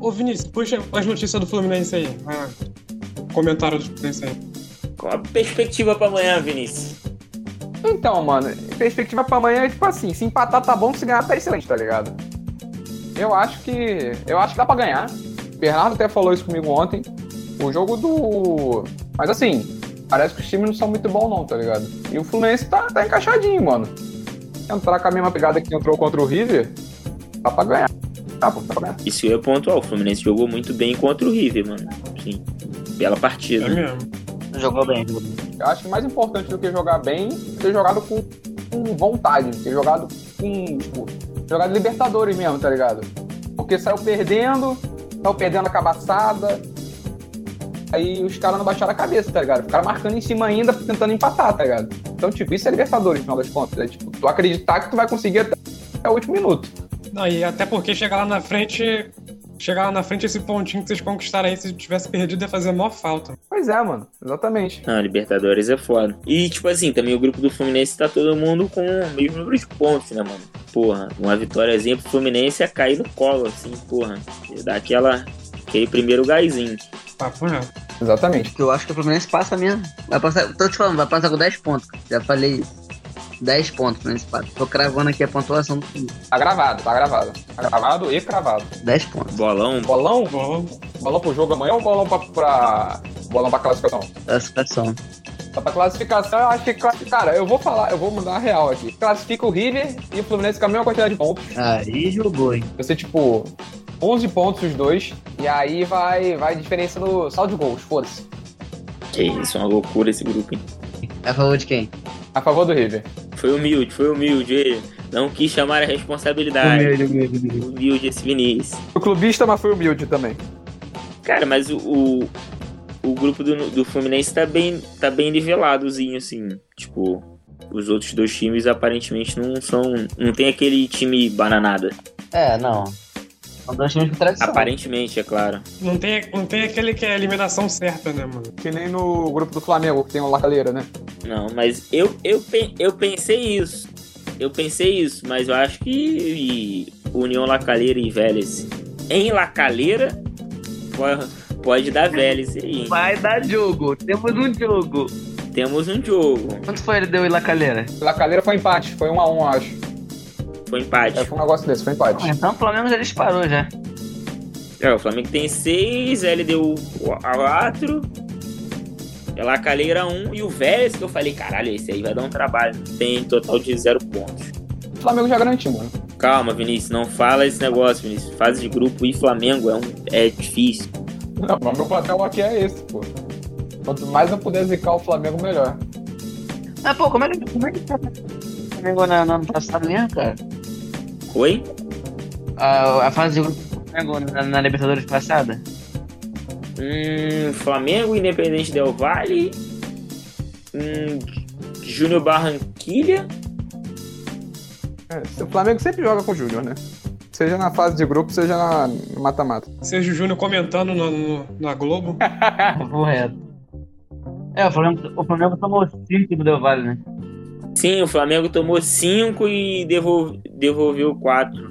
S3: Ô Vinícius, puxa as notícias do Fluminense aí. vai lá. Comentário do Fluminense aí.
S2: Qual a perspectiva pra amanhã, Vinícius?
S1: Então, mano, perspectiva pra amanhã é tipo assim, se empatar tá bom, se ganhar tá excelente, tá ligado? Eu acho que. Eu acho que dá pra ganhar. Bernardo até falou isso comigo ontem. O jogo do. Mas assim, parece que os times não são muito bons, não, tá ligado? E o Fluminense tá, tá encaixadinho, mano. Entrar com a mesma pegada que entrou contra o River, dá pra ganhar. Tá, pô, dá pra ganhar.
S2: Isso eu ia pontuar. O Fluminense jogou muito bem contra o River, mano. Sim. Bela
S3: É
S2: partida.
S3: mesmo.
S5: Jogou bem.
S1: Eu acho que mais importante do que jogar bem é ter jogado com, com vontade, ter jogado com, tipo, jogado Libertadores mesmo, tá ligado? Porque saiu perdendo, saiu perdendo a cabaçada. Aí os caras não baixaram a cabeça, tá ligado? Ficaram marcando em cima ainda, tentando empatar, tá ligado? Então, tipo, isso é Libertadores, no final das contas. É, tipo, tu acreditar que tu vai conseguir até, até o último minuto.
S3: Não, e até porque chegar lá na frente. Chegar lá na frente, esse pontinho que vocês conquistaram aí, se tivesse perdido, ia fazer a maior falta.
S1: Pois é, mano. Exatamente.
S2: Ah, Libertadores é foda. E, tipo assim, também o grupo do Fluminense tá todo mundo com o mesmo número de pontos, né, mano? Porra, uma vitóriazinha pro Fluminense é cair no colo, assim, porra. Dá aquela. Aquele primeiro gásinho.
S3: Papo reto.
S1: Exatamente.
S4: Porque eu acho que o Fluminense passa mesmo. Vai passar, tô te falando, vai passar com 10 pontos. Já falei isso. 10 pontos o Fluminense passa. Tô cravando aqui a pontuação do Fluminense.
S1: Tá gravado, tá gravado. Tá gravado e cravado.
S4: 10 pontos.
S2: Bolão,
S1: Bolão?
S3: Bom,
S1: Bolão pro jogo amanhã ou bolão pra. pra... Bolão pra classificação?
S4: É Classificação.
S1: Tá pra classificação, eu acho que. classi- Cara, eu vou falar, eu vou mudar a real aqui. Classifica o River e o Fluminense com a mesma quantidade de pontos.
S4: Aí jogou, hein?
S1: Vai ser tipo 11 pontos os dois. E aí vai, vai a diferença do saldo de gols, foda-se.
S2: que isso, uma loucura esse grupo, hein?
S4: É A favor de quem?
S1: A favor do River.
S2: Foi humilde, foi humilde ele. Não quis chamar a responsabilidade.
S4: Humilde, humilde, humilde.
S2: Humilde esse Vinícius.
S1: O clubista, mas foi humilde também.
S2: Cara, mas o, o, o grupo do, do Fluminense tá bem, tá bem niveladozinho, assim. Tipo, os outros dois times aparentemente não são. Não tem aquele time bananada.
S4: É, não. São dois times com tradição.
S2: Aparentemente, é claro.
S3: Não tem, não tem aquele que é a eliminação certa, né, mano?
S1: Que nem no grupo do Flamengo, que tem o Lacaleira, né?
S2: Não, mas eu, eu, pe- eu pensei isso. Eu pensei isso, mas eu acho que e, União Lacaleira e Vélez. Em Lacaleira, po- pode dar Vélez aí. hein?
S4: Vai dar jogo. Temos um jogo.
S2: Temos um jogo.
S4: Quanto foi ele deu em Lacalheira?
S1: O Lacaleira foi empate, foi 1 a 1 acho.
S2: Foi empate.
S1: É, foi um negócio desse, foi empate.
S5: Ah,
S4: Então o Flamengo já disparou já.
S2: É, o Flamengo tem 6, ele deu 4, ela é Caleira 1 e o Vélez, um que eu falei, caralho, esse aí vai dar um trabalho. Tem total de 0 pontos.
S1: O Flamengo já garantiu, mano.
S2: Calma, Vinícius, não fala esse negócio, Vinícius. Fase de grupo e Flamengo é, um, é difícil.
S1: Não, mas meu papel aqui é esse, pô. Quanto mais eu puder zicar o Flamengo, melhor.
S5: Ah, pô, como é que, como é que tá o Flamengo na- no ano passado mesmo, cara?
S2: Oi?
S5: A, a fase de grupo do Flamengo na, na Libertadores passada?
S2: Hum, Flamengo, Independente Del Valle. Hum, Júnior Barranquilha.
S1: É, o Flamengo sempre joga com o Júnior, né? Seja na fase de grupo, seja na no mata-mata.
S3: Sérgio Júnior comentando na, no- na Globo.
S5: Correto. Ah, É, o Flamengo, o Flamengo tomou 5 do Del Valle, né?
S2: Sim, o Flamengo tomou 5 e devol- devolveu 4.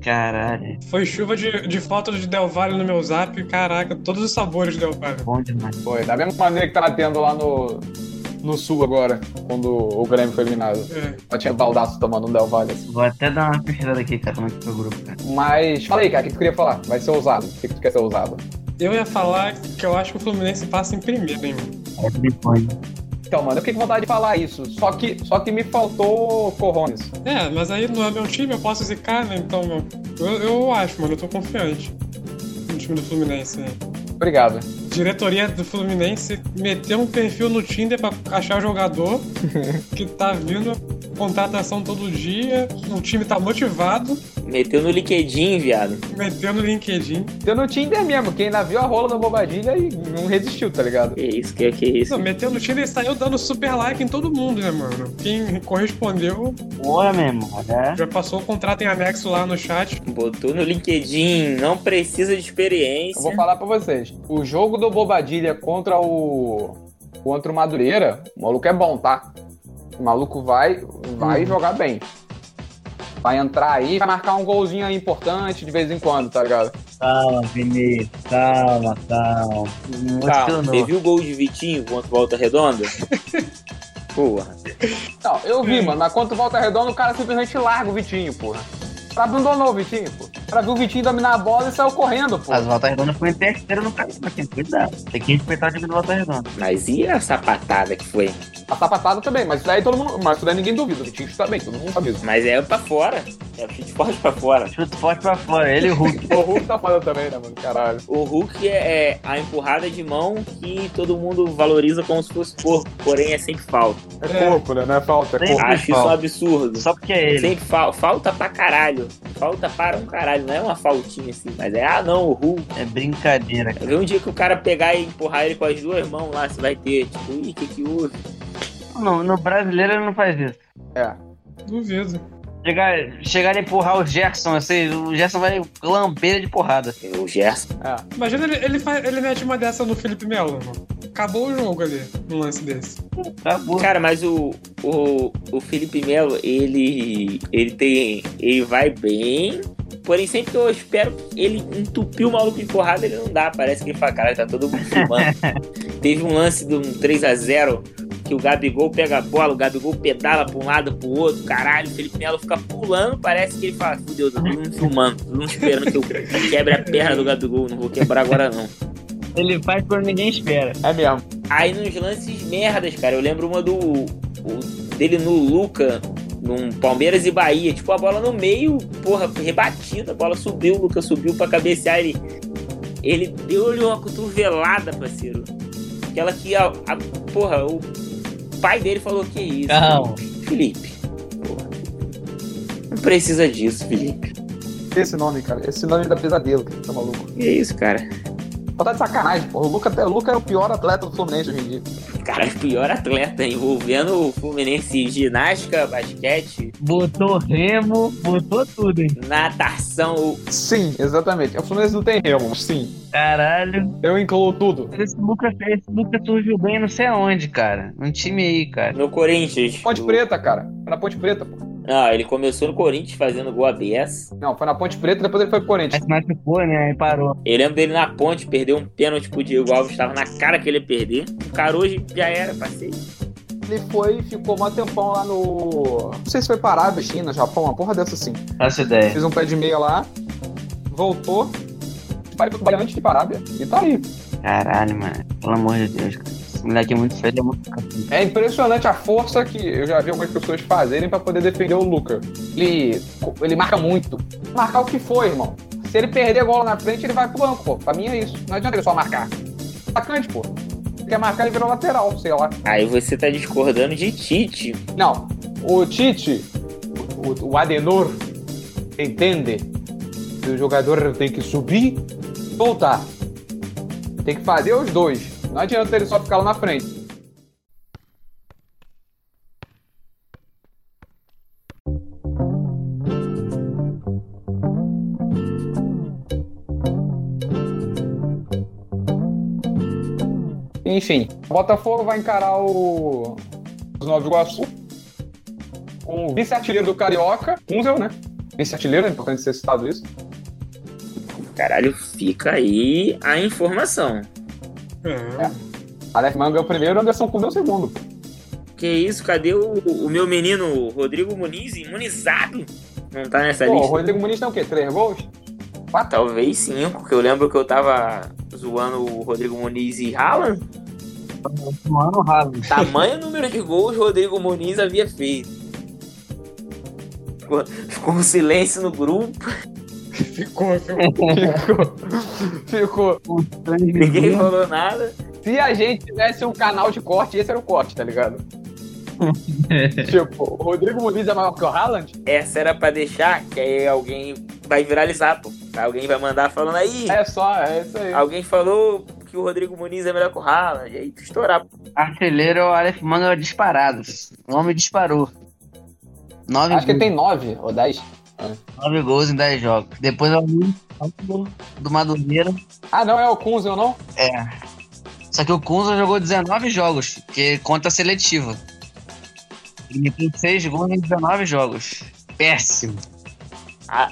S5: Caralho, é
S3: Foi chuva de, de fotos de Del Valle no meu zap. Caraca, todos os sabores de Del Valle.
S5: bom demais.
S1: Foi, da mesma maneira que tá tendo lá no, no Sul agora, quando o Grêmio foi eliminado.
S3: É.
S1: Só tinha baldaço tomando um Del Valle. assim.
S5: Vou até dar uma pesquisada aqui, cara, como é que foi o grupo, cara.
S1: Mas, fala aí, cara, o que tu queria falar? Vai ser ousado. O que que tu quer ser ousado?
S3: Eu ia falar que eu acho que o Fluminense passa em primeiro, hein?
S5: É telefone.
S1: Então, mano, eu fiquei com vontade de falar isso. Só que, só que me faltou Corrones.
S3: É, mas aí não é meu time, eu posso zicar, né? Então, meu, eu, eu acho, mano, eu tô confiante no time do Fluminense. né?
S1: Obrigado.
S3: Diretoria do Fluminense meteu um perfil no Tinder pra achar jogador que tá vindo contratação todo dia, o time tá motivado,
S2: Meteu no liquidinho, viado.
S3: meteu no LinkedIn.
S1: Eu não tinha ideia mesmo. Quem ainda viu a rola da bobadilha e não resistiu, tá ligado?
S2: Que isso, que, que isso.
S3: Não, meteu no Tinder e saiu dando super like em todo mundo, né, mano? Quem correspondeu
S5: Bora, meu irmão, né?
S3: já passou o contrato em anexo lá no chat.
S2: Botou no LinkedIn, não precisa de
S1: Eu
S2: experiência.
S1: vou falar pra vocês. O jogo do Bobadilha contra o. contra o Madureira, o maluco é bom, tá? O maluco vai,
S5: Hum.
S1: vai jogar bem. Vai entrar aí, vai marcar um golzinho aí importante de vez em quando, tá ligado?
S4: Calma, Vinícius. Calma, calma.
S5: Muito
S2: Calma,
S5: um novo.
S2: você viu o gol de Vitinho contra o Volta Redonda? Porra.
S1: Não, eu
S5: Hum.
S1: vi, mano, mas quando volta redonda, o cara simplesmente larga o Vitinho, porra. Pra abandonou o Vitinho, pô. Pra ver o Vitinho dominar a bola e saiu correndo, pô.
S5: Mas o Volta Redonda foi em terceiro no campeonato, tem que cuidado. Tem que respeitar o time do Volta Redonda.
S2: Mas e a sapatada que foi?
S1: A sapatada Tá também, mas isso daí todo mundo. Mas isso daí ninguém duvida. O Vitinho está bem, todo mundo sabe isso.
S2: Mas é pra fora. É o futebol pra fora.
S5: Chuta forte pra fora, ele e o Hulk.
S1: O Hulk tá falando também, né, mano? Caralho.
S2: O Hulk é, é a empurrada de mão que todo mundo valoriza como se fosse corpo, porém é sempre falta.
S1: É corpo, né? Não é falta, é
S5: Tem-
S1: corpo.
S5: Sempre
S2: Acho isso um
S5: falta.
S2: absurdo.
S5: Só porque é ele.
S2: Sempre fal- falta pra caralho. Falta para um caralho. Não é uma faltinha assim, mas é, ah não, o Hulk.
S5: É brincadeira, cara.
S2: Vê um dia que o cara pegar e empurrar ele com as duas mãos lá, você vai ter, tipo, ih, que que houve?
S5: No, no brasileiro ele não faz isso.
S1: É.
S3: Duvido.
S5: Chegar, chegar a empurrar o Gerson, assim, o Gerson vai lamber ele de porrada.
S2: O Gerson.
S1: é.
S3: Imagina ele, ele, faz, ele mete uma dessa no Felipe Melo, mano. Acabou o jogo ali, num lance desse.
S5: Acabou.
S2: Cara, mas o, o, o Felipe Melo, ele. ele tem. ele vai bem. Porém, sempre que eu espero que ele entupiu o maluco de porrada, ele não dá. Parece que ele fala, caralho, tá todo mundo filmando. Teve um lance de um 3x0 que o Gabigol pega a bola, o Gabigol pedala pra um lado, pro outro, caralho, o Felipe Melo fica pulando, parece que ele fala, fudeu, tá todo mundo filmando, todo mundo esperando que eu quebre a perna do Gabigol, não vou quebrar agora não.
S5: Ele faz quando ninguém espera.
S1: É mesmo.
S2: Aí nos lances merdas, cara, eu lembro uma do. o- dele no Luca, num Palmeiras e Bahia. Tipo, a bola no meio, porra, rebatida, a bola subiu, o Luca subiu pra cabecear ele. Ele deu-lhe uma cotovelada, parceiro. Aquela que a, a- Porra, o pai dele falou que isso.
S5: Calma.
S2: Felipe. Porra. Não precisa disso, Felipe.
S1: Esse nome, cara. Esse nome dá pesadelo, cara. Tá maluco.
S2: Que isso, cara.
S1: Só tá de sacanagem, porra. O Luca, o Luca era o pior atleta do Fluminense hoje em dia.
S2: Cara, pior atleta envolvendo o Fluminense ginástica, basquete,
S5: Botou remo, botou tudo, hein?
S2: natação, o-
S1: Sim, exatamente. É O Fluminense não tem remo, sim.
S5: Caralho.
S1: Eu incluo tudo.
S5: Esse Lucas, esse Lucas surgiu bem não sei aonde, cara. Um time aí, cara.
S2: No Corinthians.
S1: Ponte
S2: O-
S1: Preta, cara. Foi na Ponte Preta, pô.
S2: Ah, ele começou no Corinthians fazendo gol ABS.
S1: Não, foi na Ponte Preta, depois ele foi pro
S5: Aí
S1: Corinthians.
S5: se machucou, né? Aí parou.
S2: Eu lembro dele na ponte, perdeu um pênalti pro Diego Alves, tava na cara que ele ia perder. O cara hoje já era, passei.
S1: Ele foi e ficou mó tempão lá no. Não sei se foi Parada, China, Japão, uma porra dessa assim.
S5: Faço ideia.
S1: Fez um pé de meia lá, voltou. Vai pro Bahia antes de Parábia. E tá aí.
S5: Caralho, mano. Pelo amor de Deus, cara. Esse moleque é muito feio, ele é muito café.
S1: É impressionante a força que eu já vi algumas pessoas fazerem pra poder defender o Luca. Ele, ele marca muito. Marcar o que for, irmão. Se ele perder a bola na frente, ele vai pro banco, pô. Pra mim é isso. Não adianta ele só marcar. Atacante, pô. Ele Quer marcar, ele virou lateral, sei lá.
S2: Aí você tá discordando de Tite.
S1: Não, o Tite, o, o Adenor, entende que o jogador tem que subir e voltar. Tem que fazer os dois. Não adianta ele só ficar lá na frente. Enfim, o Botafogo vai encarar o os Nova Iguaçu com o vice-artilheiro do Carioca, Kunzel, né? Vice-artilheiro, é importante ser citado isso.
S2: Caralho, fica aí a informação.
S3: É.
S1: Aleph Manga é o primeiro, Anderson Kunzel é o segundo.
S2: Que isso, cadê o, o meu menino Rodrigo Muniz, imunizado? Não tá nessa
S1: Pô, o
S2: lista?
S1: Rodrigo Muniz tem o quê? Três gols?
S2: Talvez cinco, que eu lembro que eu tava zoando o Rodrigo Muniz e Haaland.
S4: Mano, Haaland.
S2: Tamanho número de gols Rodrigo Muniz havia feito. Ficou, ficou um silêncio no grupo.
S3: Ficou, ficou.
S1: Ficou.
S5: Uhum.
S2: Ninguém falou nada.
S1: Se a gente tivesse um canal de corte, esse era o corte, tá ligado? tipo, o Rodrigo Muniz é maior que o Haaland?
S2: Essa era pra deixar, que aí alguém vai viralizar, pô. Alguém vai mandar falando aí.
S1: É só, é isso aí.
S2: Alguém falou que o Rodrigo Muniz é melhor que o Haaland. E aí tu estourar. pô.
S5: Artilheiro é o Aleph Manga disparado. O homem disparou. Nove,
S1: Acho que
S5: gols,
S1: ele tem nove ou dez.
S5: nove gols em 10 jogos. Depois é o Nuno do Madureira.
S1: Ah, não, é o Kunzel, não?
S5: Só que o Kunza jogou 19 jogos, que conta a seletiva. Ele meteu 6 gols em 19 jogos. Péssimo.
S2: A...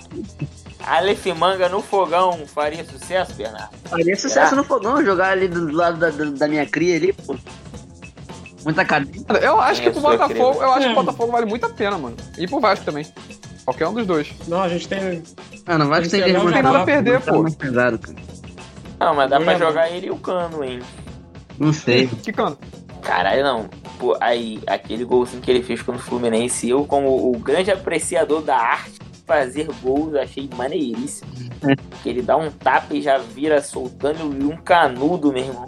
S2: Aleph Manga no fogão faria sucesso, Bernardo?
S5: Faria
S1: É.
S2: sucesso
S5: no fogão jogar ali do lado da, minha cria ali, pô. Muita cadeia.
S1: Eu acho que
S2: Eu
S1: pro
S2: sou
S1: Botafogo,
S2: incrível.
S1: eu acho que o Botafogo vale muito a pena, mano. E pro Vasco também. Qualquer um dos dois.
S3: Não, a gente tem.
S1: Ah,
S5: Mano, o Vasco tem que
S3: Não tem
S1: nada a
S5: o
S1: perder,
S5: é tá
S1: pô.
S5: mais pesado, cara.
S2: Não, mas dá
S3: Eu
S2: pra
S3: já-
S2: jogar ele e o Cano, hein?
S5: Não sei.
S1: Que canto.
S2: Caralho, não. Pô, aí, aquele golzinho que ele fez contra o Fluminense, eu, como o grande apreciador da arte de fazer gols, achei maneiríssimo. que ele dá um tapa e já vira soltando um canudo, meu irmão.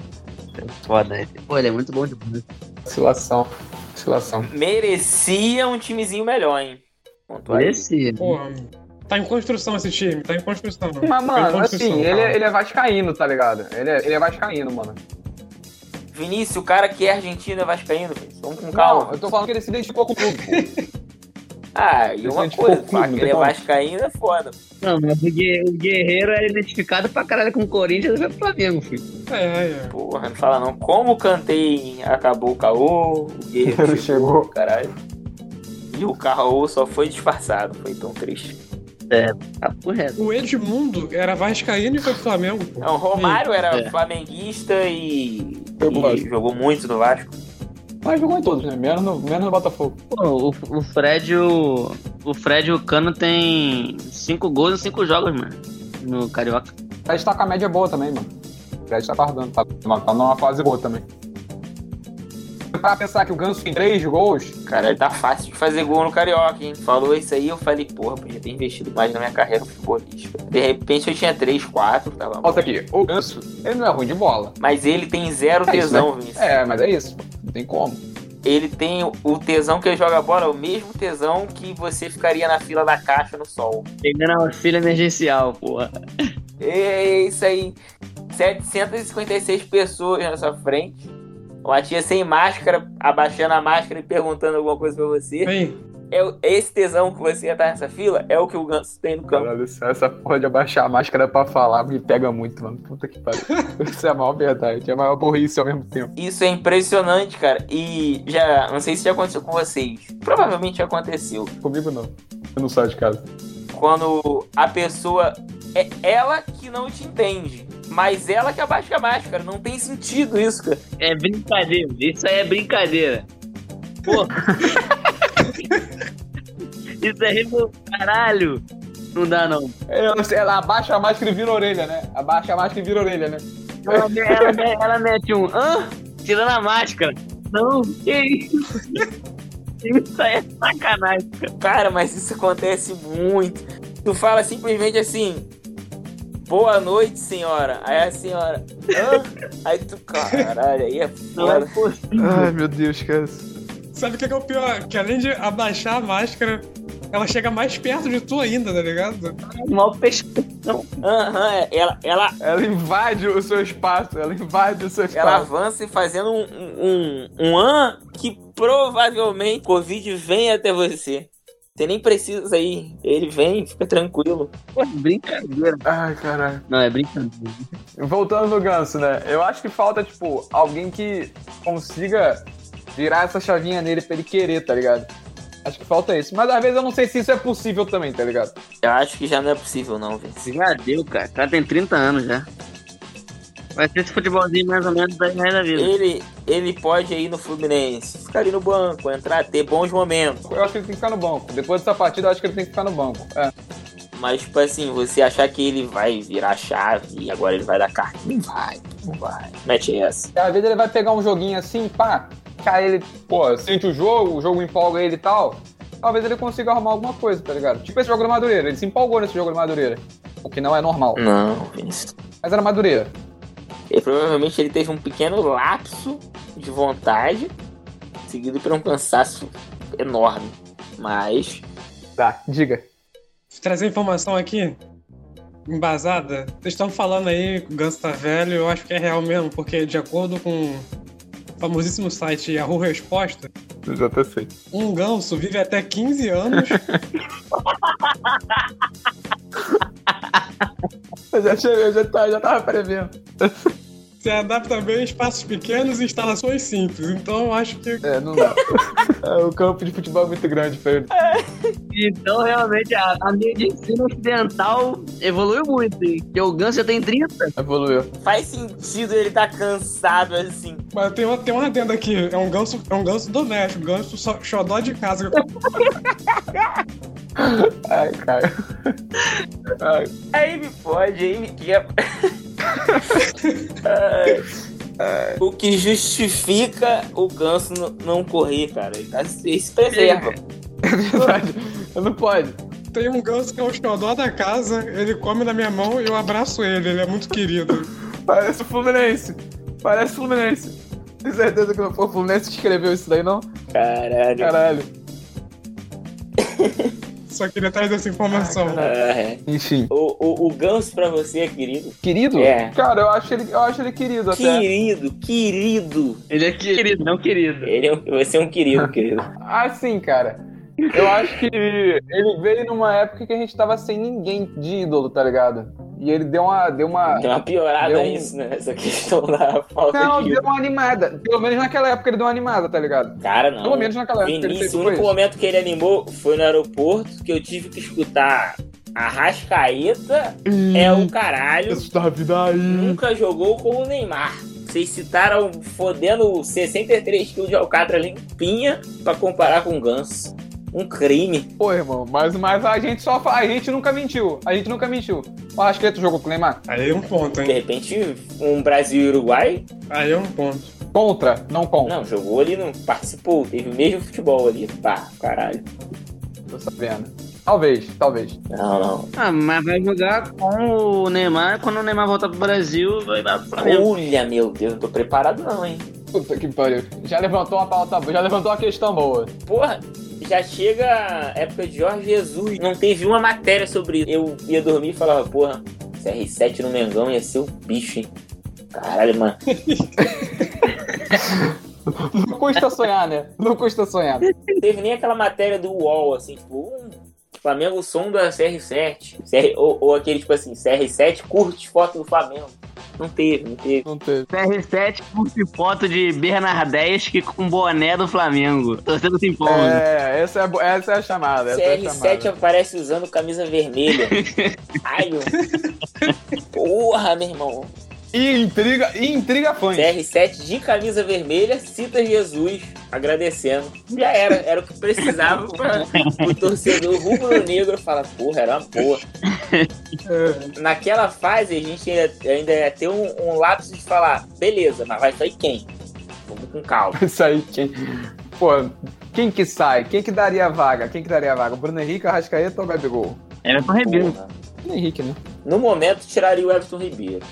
S5: Foda ele. Pô, ele é muito bom de bola.
S1: Oscilação. Oscilação.
S2: Merecia um timezinho melhor, hein? Ponto aí.
S5: Esse.
S3: Porra. Tá em construção esse time, tá em construção. Tá
S1: Mas,
S3: em
S1: mano,
S3: construção,
S1: assim, ele,
S3: cara.
S1: é- ele é vascaíno, tá ligado? Ele é, ele é vascaíno, mano.
S2: Vinícius, o cara que é argentino é vascaíno, velho. Vamos com calma.
S1: Não, eu tô falando que ele se identificou com o clube. pô.
S2: Ah, e uma
S1: Presidente
S2: coisa,
S1: Cocudo,
S2: pá, que
S1: não
S2: ele é
S1: tem como.
S2: vascaíno é foda.
S5: Não, mas o Guerre- o Guerreiro era identificado pra caralho com o Corinthians e o Flamengo, filho.
S3: É, é.
S2: Porra, não fala não. Como o Cantei acabou o caô, o Guerreiro
S1: Ele
S2: chegou,
S1: chegou.
S2: caralho. E o caô só foi disfarçado, foi tão triste.
S5: Tá correto.
S3: O Edmundo era Vascaíno e foi pro Flamengo, pô.
S2: Não, o
S1: Hum,
S2: Romário era
S5: É.
S2: flamenguista e,
S1: Foi pro
S2: e
S1: Vasco.
S2: jogou muito no Vasco.
S1: Mas jogou em todos, né? Menos no, menos no Botafogo.
S5: Pô, o, o Fred e o, o Fred e o Cano tem 5 gols em 5 jogos, mano. No Carioca.
S1: O Fred tá com a média boa também, mano. O Fred tá guardando, tá, tá numa fase boa também. Pra pensar que o Ganso tem três gols,
S2: Caralho, tá fácil de fazer gol no Carioca, hein? Falou isso aí, eu falei, porra, podia ter investido mais na minha carreira futebolística. De repente eu tinha 3, 4, tava bom.
S1: volta aqui. O Ganso, ele não é ruim de bola.
S2: Mas ele tem zero
S1: É isso,
S2: tesão, Vinícius.
S1: É, mas é isso, pô. não tem como.
S2: ele tem o tesão que ele joga a bola, é o mesmo tesão que você ficaria na fila da caixa no sol.
S5: Pegando auxílio emergencial, porra.
S2: É isso aí. 756 pessoas na sua frente. Uma tia sem máscara, abaixando a máscara e perguntando alguma coisa pra você.
S3: Hein?
S2: É o- esse tesão que você ia estar nessa fila é o que o Ganso tem no campo.
S1: Caralho, é essa- essa porra de abaixar a máscara pra falar me pega muito, mano. Puta que pariu. Isso é a maior verdade, é a maior burrice ao mesmo tempo.
S2: Isso é impressionante, cara. E já, não sei se já aconteceu com vocês. Provavelmente já aconteceu.
S1: Comigo não. Eu não saio de casa.
S2: quando a pessoa é ela que não te entende, mas ela que abaixa a máscara. Não tem sentido isso, cara.
S5: É brincadeira, isso aí é brincadeira. Pô. isso é revol... Caralho. Não dá, não.
S6: É,
S1: Ela, ela abaixa a máscara e vira a orelha, né? Abaixa a máscara e vira a orelha, né?
S5: Ela, ela- ela mete um. Hã? Tirando a máscara. Não, que isso? Isso aí é sacanagem.
S2: Cara, mas isso acontece muito. Tu fala simplesmente assim. Boa noite, senhora. Aí a senhora. Hã? Aí tu, caralho, aí é
S5: Não
S2: foda.
S5: é possível.
S6: Ai, meu Deus, cara.
S3: Sabe o que é que é o pior? Que além de abaixar a máscara, ela chega mais perto de tu ainda, tá ligado?
S5: Mal pescado.
S2: Aham, é, ela,
S1: Tá.
S2: ela,
S6: Ela invade o seu espaço, ela invade o seu
S2: ela
S6: espaço.
S2: avança e fazendo um, um, um, um an que provavelmente Covid vem até você. Você nem precisa ir. Ele vem, fica tranquilo.
S5: É
S4: Pô, brincadeira.
S6: Ai, caralho.
S4: Não, é brincadeira.
S6: Voltando no ganso, né? Eu acho que falta, tipo, alguém que consiga virar essa chavinha nele pra ele querer, tá ligado? Acho que falta isso. Mas às vezes eu não sei se isso é possível também, tá ligado?
S2: Eu acho que já não é possível, não, velho.
S5: Já deu, cara. O cara tem 30 anos já. Vai ser esse futebolzinho mais ou menos daí mais da vida.
S2: Ele, ele pode ir no Fluminense, ficar ali no banco, entrar, ter bons momentos.
S1: Eu acho que ele tem que ficar no banco. Depois dessa partida, eu acho que ele tem que ficar no banco. É.
S2: Mas, tipo assim, você achar que ele vai virar chave e agora ele vai dar carta. Não vai, não vai. Mete essa.
S1: E às vezes ele vai pegar um joguinho assim, pá, cai ele, pô, sente o jogo, o jogo empolga ele e tal. Talvez ele consiga arrumar alguma coisa, tá ligado? Tipo esse jogo do Madureira, ele se empolgou nesse jogo do Madureira. O que não é normal.
S6: Hum.
S2: Não, Vinícius.
S1: Mas era Madureira.
S2: Ele, provavelmente ele teve um pequeno lapso de vontade, seguido por um cansaço enorme. Mas,
S1: Tá, diga.
S3: trazer informação aqui embasada. Vocês estão falando aí que o Ganso tá velho, eu acho que é real mesmo, porque de acordo com o famosíssimo site Yahoo Resposta,
S6: Eu já até sei.
S3: um ganso vive até 15 anos.
S6: Eu já, cheguei, eu já, tava, já tava prevendo.
S3: Se adapta bem a espaços pequenos e instalações simples. Então eu acho que
S6: É, não dá. É, o campo de futebol é muito grande pra ele.
S5: Então, realmente, a, a linha de ensino ocidental evoluiu muito, hein? Porque o Ganso já tem 30.
S6: Evoluiu.
S2: faz sentido ele tá cansado assim.
S3: mas tem uma, tem uma adenda aqui. É um ganso, é um ganso doméstico, ganso só, xodó de casa.
S6: Ai, cara. Ai,
S2: Aí me pode, aí me quebra. Ai. O que justifica o ganso n- não correr, cara. Ele tá se ele se preserva.
S6: verdade. Não pode.
S3: Tem um ganso que é o xodó da casa, ele come na minha mão e eu abraço ele, ele é muito querido.
S6: Parece o Fluminense. Parece o Fluminense. Tenho certeza que não foi o Fluminense que escreveu isso daí, não?
S2: Caralho.
S6: Caralho.
S3: Só queria trazer essa informação.
S2: É.
S6: Enfim.
S2: O, o, o ganso pra você é querido.
S1: Querido?
S2: É.
S6: Cara, eu acho ele, eu acho ele querido até.
S2: Querido, querido.
S5: Ele é querido, não querido.
S2: Ele é, um- você é um querido, querido.
S1: Assim, cara. Eu acho que ele veio numa época que a gente tava sem ninguém de ídolo, tá ligado? E ele deu uma. Deu uma.
S2: Tem uma piorada
S1: Deu um-
S2: nisso, né? Essa questão da falta
S1: Não,
S2: de
S1: deu uma animada. Pelo menos naquela época ele deu uma animada, tá ligado?
S2: Cara, não.
S1: Pelo menos naquela época ele
S2: Vinícius,
S1: fez
S2: o único
S1: isso.
S2: momento que ele animou foi no aeroporto, que eu tive que escutar a Rascaeta é o caralho.
S6: Isso da vida aí.
S2: Nunca jogou com o Neymar. Vocês citaram fodendo 63 kg de alcatra limpinha pra comparar com o Ganso. Um crime.
S1: Pô, irmão, mas, mas a gente só fa- A gente nunca mentiu. A gente nunca mentiu. O Arrascaeta jogou com o Neymar?
S3: Aí é um
S2: De
S3: ponto, hein?
S2: repente, um Brasil e Uruguai.
S3: Aí é um ponto.
S1: Contra, não contra.
S2: Não, jogou ali, não participou. Teve o mesmo futebol ali. Pá, caralho.
S1: Tô sabendo. Talvez, talvez.
S2: Não, não.
S5: Ah, mas vai jogar com o Neymar. Quando o Neymar voltar pro Brasil, vai dar pro Flamengo.
S2: Olha, meu Deus, não tô preparado não, hein?
S1: Puta que pariu. Já levantou uma pauta boa, já levantou uma questão boa.
S2: Porra, já chega a época de Jorge Jesus. Não teve uma matéria sobre isso. Eu ia dormir e falava, porra, CR7 no Mengão ia ser o bicho, hein? Caralho, mano.
S1: Não custa sonhar, né? Não custa sonhar.
S2: Não teve nem aquela matéria do UOL, assim, tipo, hum, Flamengo sonda CR7. CR, ou, ou aquele tipo assim, CR7 curte foto do Flamengo. Não teve, não teve.
S6: Não teve.
S5: CR7 curte foto de Bernardeschi com boné do Flamengo. Torcendo assim, se empolga.
S6: É, essa é, a bo- essa é a chamada. Essa é a
S2: CR7
S6: chamada.
S2: aparece usando camisa vermelha. Ai, meu. Porra, meu irmão.
S1: E intriga, e intriga fã.
S2: CR7 de camisa vermelha, cita Jesus, agradecendo. Já era, era o que precisava pra o torcedor rubro-negro falar, porra, era uma boa.
S6: É.
S2: Naquela fase, a gente ainda, ainda ia ter um, um lapso de falar, beleza, mas vai sair quem? com calma.
S1: Isso aí, quem. Pô, quem que sai? Quem que daria a vaga? Quem que daria a vaga? Bruno Henrique, Arrascaeta ou Gabigol?
S5: Era pro Ribeiro.
S1: Bruno Henrique, né?
S2: No momento, tiraria o Everton Ribeiro.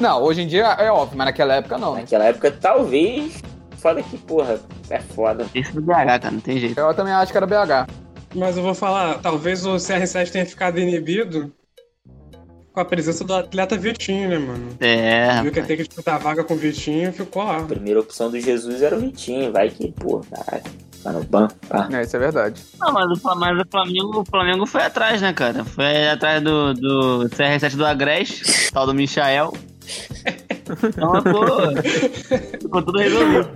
S1: Não, hoje em dia é óbvio, mas naquela época não. né?
S2: Naquela época, talvez. Foda que, porra, é foda.
S5: Esse do BH, cara, tá, não tem jeito.
S1: Eu também acho que era BH.
S3: Mas eu vou falar, talvez o CR7 tenha ficado inibido com a presença do atleta Vitinho, né, mano?
S5: É,
S3: Viu que ia
S5: rapaz.
S3: ter que disputar a vaga com o Vitinho e ficou lá.
S2: A primeira opção do Jesus era o Vitinho. Vai que, porra, caralho. Tá no banco. Tá.
S1: É, isso é verdade.
S5: Não, mas o, Fla- mas o Flamengo, o Flamengo foi atrás, né, cara? Foi atrás do, do CR7 do Agreste, tal do Michael. Então, pô, ficou tudo resolvido.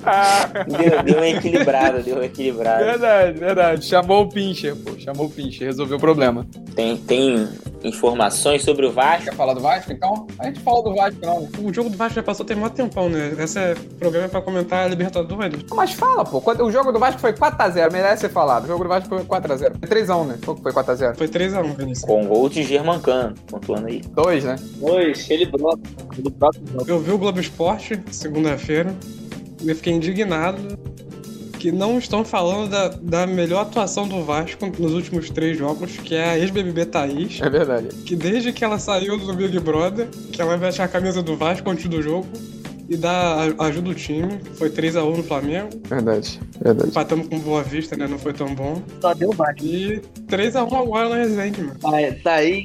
S2: Deu, deu uma equilibrada, deu uma equilibrada.
S1: Ah, Verdade, verdade. Chamou o Pincher, pô. Chamou o Pincher, resolveu o problema.
S2: Tem, tem informações sobre o Vasco?
S1: Quer falar do Vasco, então? A gente fala do Vasco, não. né?
S3: O jogo do Vasco já passou tem mó tempão, né? Esse é programa pra comentar a Libertadores.
S1: Mas fala, pô. Quando- O jogo do Vasco foi 4x0, merece ser falado. O jogo do Vasco foi 4x0. 3x1, né? Foi 4x0.
S3: Foi 3x1, Vinícius.
S2: Com gol de Germancano, pontuando aí.
S1: 2, né?
S7: Pois, ele brota. Ele brota e brota.
S3: Eu vi o Globo Esporte segunda-feira e eu fiquei indignado que não estão falando da, da melhor atuação do Vasco nos últimos três jogos, que é a ex-BBB Thaís,
S1: É verdade.
S3: que desde que ela saiu do Big Brother, que ela veste a camisa do Vasco antes do jogo e dá a- ajuda o time, foi 3x1 no Flamengo,
S1: Verdade, verdade.
S3: empatamos com Boa Vista, né, não foi tão bom,
S5: Só deu baixo.
S3: e 3x1 agora na Resende, mano.
S5: Tá aí,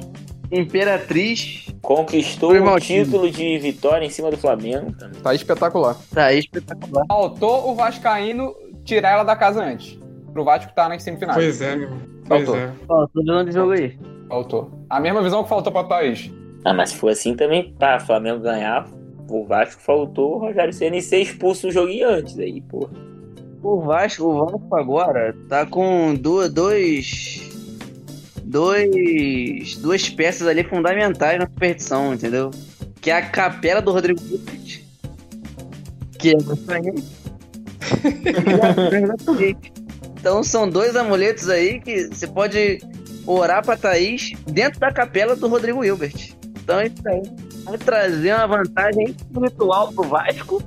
S5: Imperatriz,
S2: Conquistou
S5: Foi
S2: o
S5: mal,
S2: título de vitória em cima do Flamengo. também.
S1: Tá espetacular.
S5: tá aí espetacular.
S1: Faltou o Vascaíno tirar ela da casa antes. Pro Vasco tá nas semifinais.
S3: Pois é, meu. Pois
S1: Faltou.
S3: é.
S5: Ó, tô vendo de jogo aí.
S1: Faltou. A mesma visão que faltou pra Thaís.
S2: Ah, mas se for assim também, para Flamengo ganhar, o Vasco faltou o Rogério Ceni ser expulso no jogo e antes aí, pô.
S5: O Vasco,
S8: O Vasco agora tá com duas, dois, dois, duas peças ali fundamentais na competição, entendeu? Que é a capela do Rodrigo Lucas, que é o Flamengo. Então são dois amuletos aí que você pode orar pra Thaís dentro da capela do Rodrigo Hilbert. Então é isso aí.
S5: vai trazer uma vantagem espiritual pro Vasco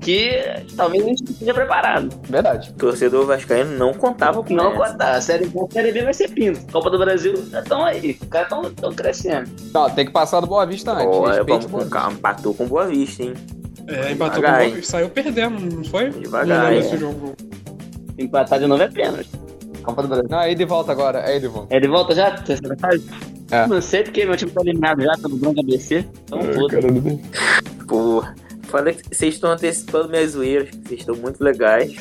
S5: que talvez a gente não esteja preparado.
S1: Verdade.
S2: O torcedor vascaíno não contava com
S5: Não
S2: essa.
S5: contar. A Série B, a série B vai ser pinto. Copa do Brasil, estão aí. Os caras estão crescendo.
S1: Não, tem que passar do Boa Vista antes.
S2: Ó,
S1: Respeite
S2: vamos
S1: o
S2: com
S1: Boa
S2: calma, empatou com Boa Vista, hein?
S3: É, empatou com o
S2: Devagar,
S3: Boa
S2: hein?
S3: saiu perdendo, não foi?
S2: Devagar,
S3: Não lembro
S2: é.
S3: desse jogo.
S5: Empatar de novo é pênalti. Copa do Brasil.
S1: Não, é ida e volta agora. É ida e volta.
S5: É de volta já? Terceira fase?
S1: É.
S5: Não sei porque meu time tá eliminado já pelo Branco ABC. Então, foda.
S2: Pô, falei que vocês estão antecipando minhas zoeiras, que vocês estão muito legais.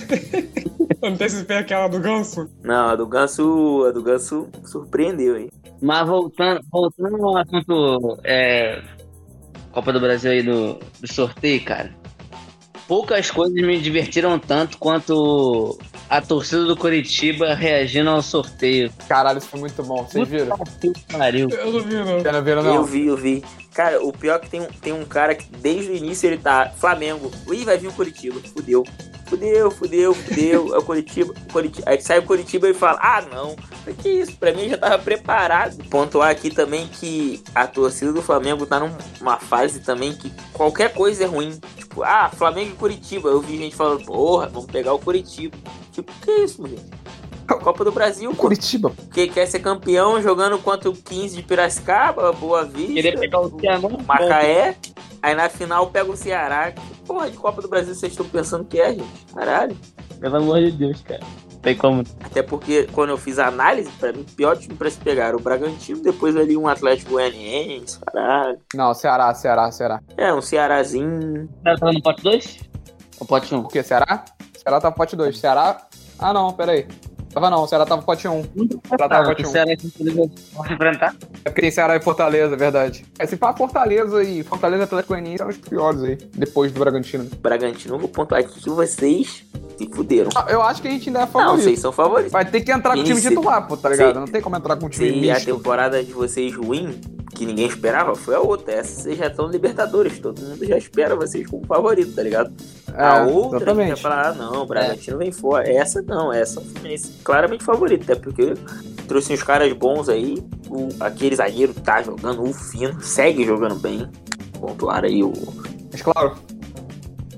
S3: Eu não sei se foi aquela do Ganso.
S2: Não, a do Ganso, a do Ganso surpreendeu, hein?
S5: Mas voltando, voltando ao assunto é, Copa do Brasil aí do, do sorteio, cara. Poucas coisas me divertiram tanto quanto a torcida do Curitiba reagindo ao sorteio.
S1: Caralho, isso foi muito bom. Vocês viram?
S5: Puta que pariu.
S3: Eu não vi, não.
S1: Vocês não viram,
S2: Eu
S1: não?
S2: vi, eu vi. Cara, o pior é que tem, um- tem um cara que desde o início ele tá Flamengo. Ih, vai vir o Curitiba. Fudeu. Fudeu, fudeu, fudeu. É o Curitiba. o Curitiba. Aí sai o Curitiba e fala: Ah, não. Falei, Que isso? Pra mim eu já tava preparado. Pontuar aqui também que a torcida do Flamengo tá num- numa fase também que qualquer coisa é ruim. Tipo, ah, Flamengo e Curitiba. Eu vi gente falando: Porra, vamos pegar o Curitiba. Tipo, que isso, gente? Copa do Brasil, pô.
S1: Curitiba.
S2: Quem quer ser campeão jogando contra o 15 de Piracicaba, Boa
S5: Queria
S2: Vista,
S5: pegar o Cianorte.
S2: Macaé. Aí na final pega o Ceará. Que porra de Copa do Brasil vocês estão pensando que é, gente? Caralho.
S5: Pelo amor de Deus, cara. Não Tem como.
S2: Até porque quando eu fiz a análise, pra mim, o pior time pra se pegar era o Bragantino, depois ali um Atlético Goianiense, caralho.
S1: Não, Ceará, Ceará, Ceará.
S2: É, um Cearazinho.
S5: Tá falando no pote 2? Ou pote 1? Um?
S1: Por quê? Ceará? Ceará tava pote 2. Ceará. Ah, não, peraí. Tava não, Ceará tava pote 1.
S5: tá
S1: Ceará tava pote 1.
S5: Será que vai enfrentar?
S1: É porque tem Ceará e Fortaleza, é verdade. É, se falar Fortaleza e Fortaleza e Atlético Goianiense eram os piores aí, depois do Bragantino.
S2: Bragantino, eu vou pontuar aqui que vocês se fuderam.
S1: Ah, Eu acho que a gente ainda é
S2: Não,
S1: favorito.
S2: vocês são favoritos.
S1: Vai ter que entrar com o time
S2: Sim, sim.
S1: titular, pô, tá ligado?
S2: Sim.
S1: Não tem como entrar com o time
S2: Se a
S1: misto.
S2: temporada de vocês ruim, que ninguém esperava, foi a outra. Essa vocês já estão Libertadores, todo mundo já espera vocês como favorito, tá ligado?
S1: É,
S2: a outra
S1: exatamente. É.
S2: que vai falar, ah, não, o Bragantino vem fora. Essa não, essa é o Fluminense claramente favorito, até porque trouxe uns caras bons aí, o, aquele zagueiro tá jogando, o Fino segue jogando bem. Pontuar aí o
S1: Mas claro,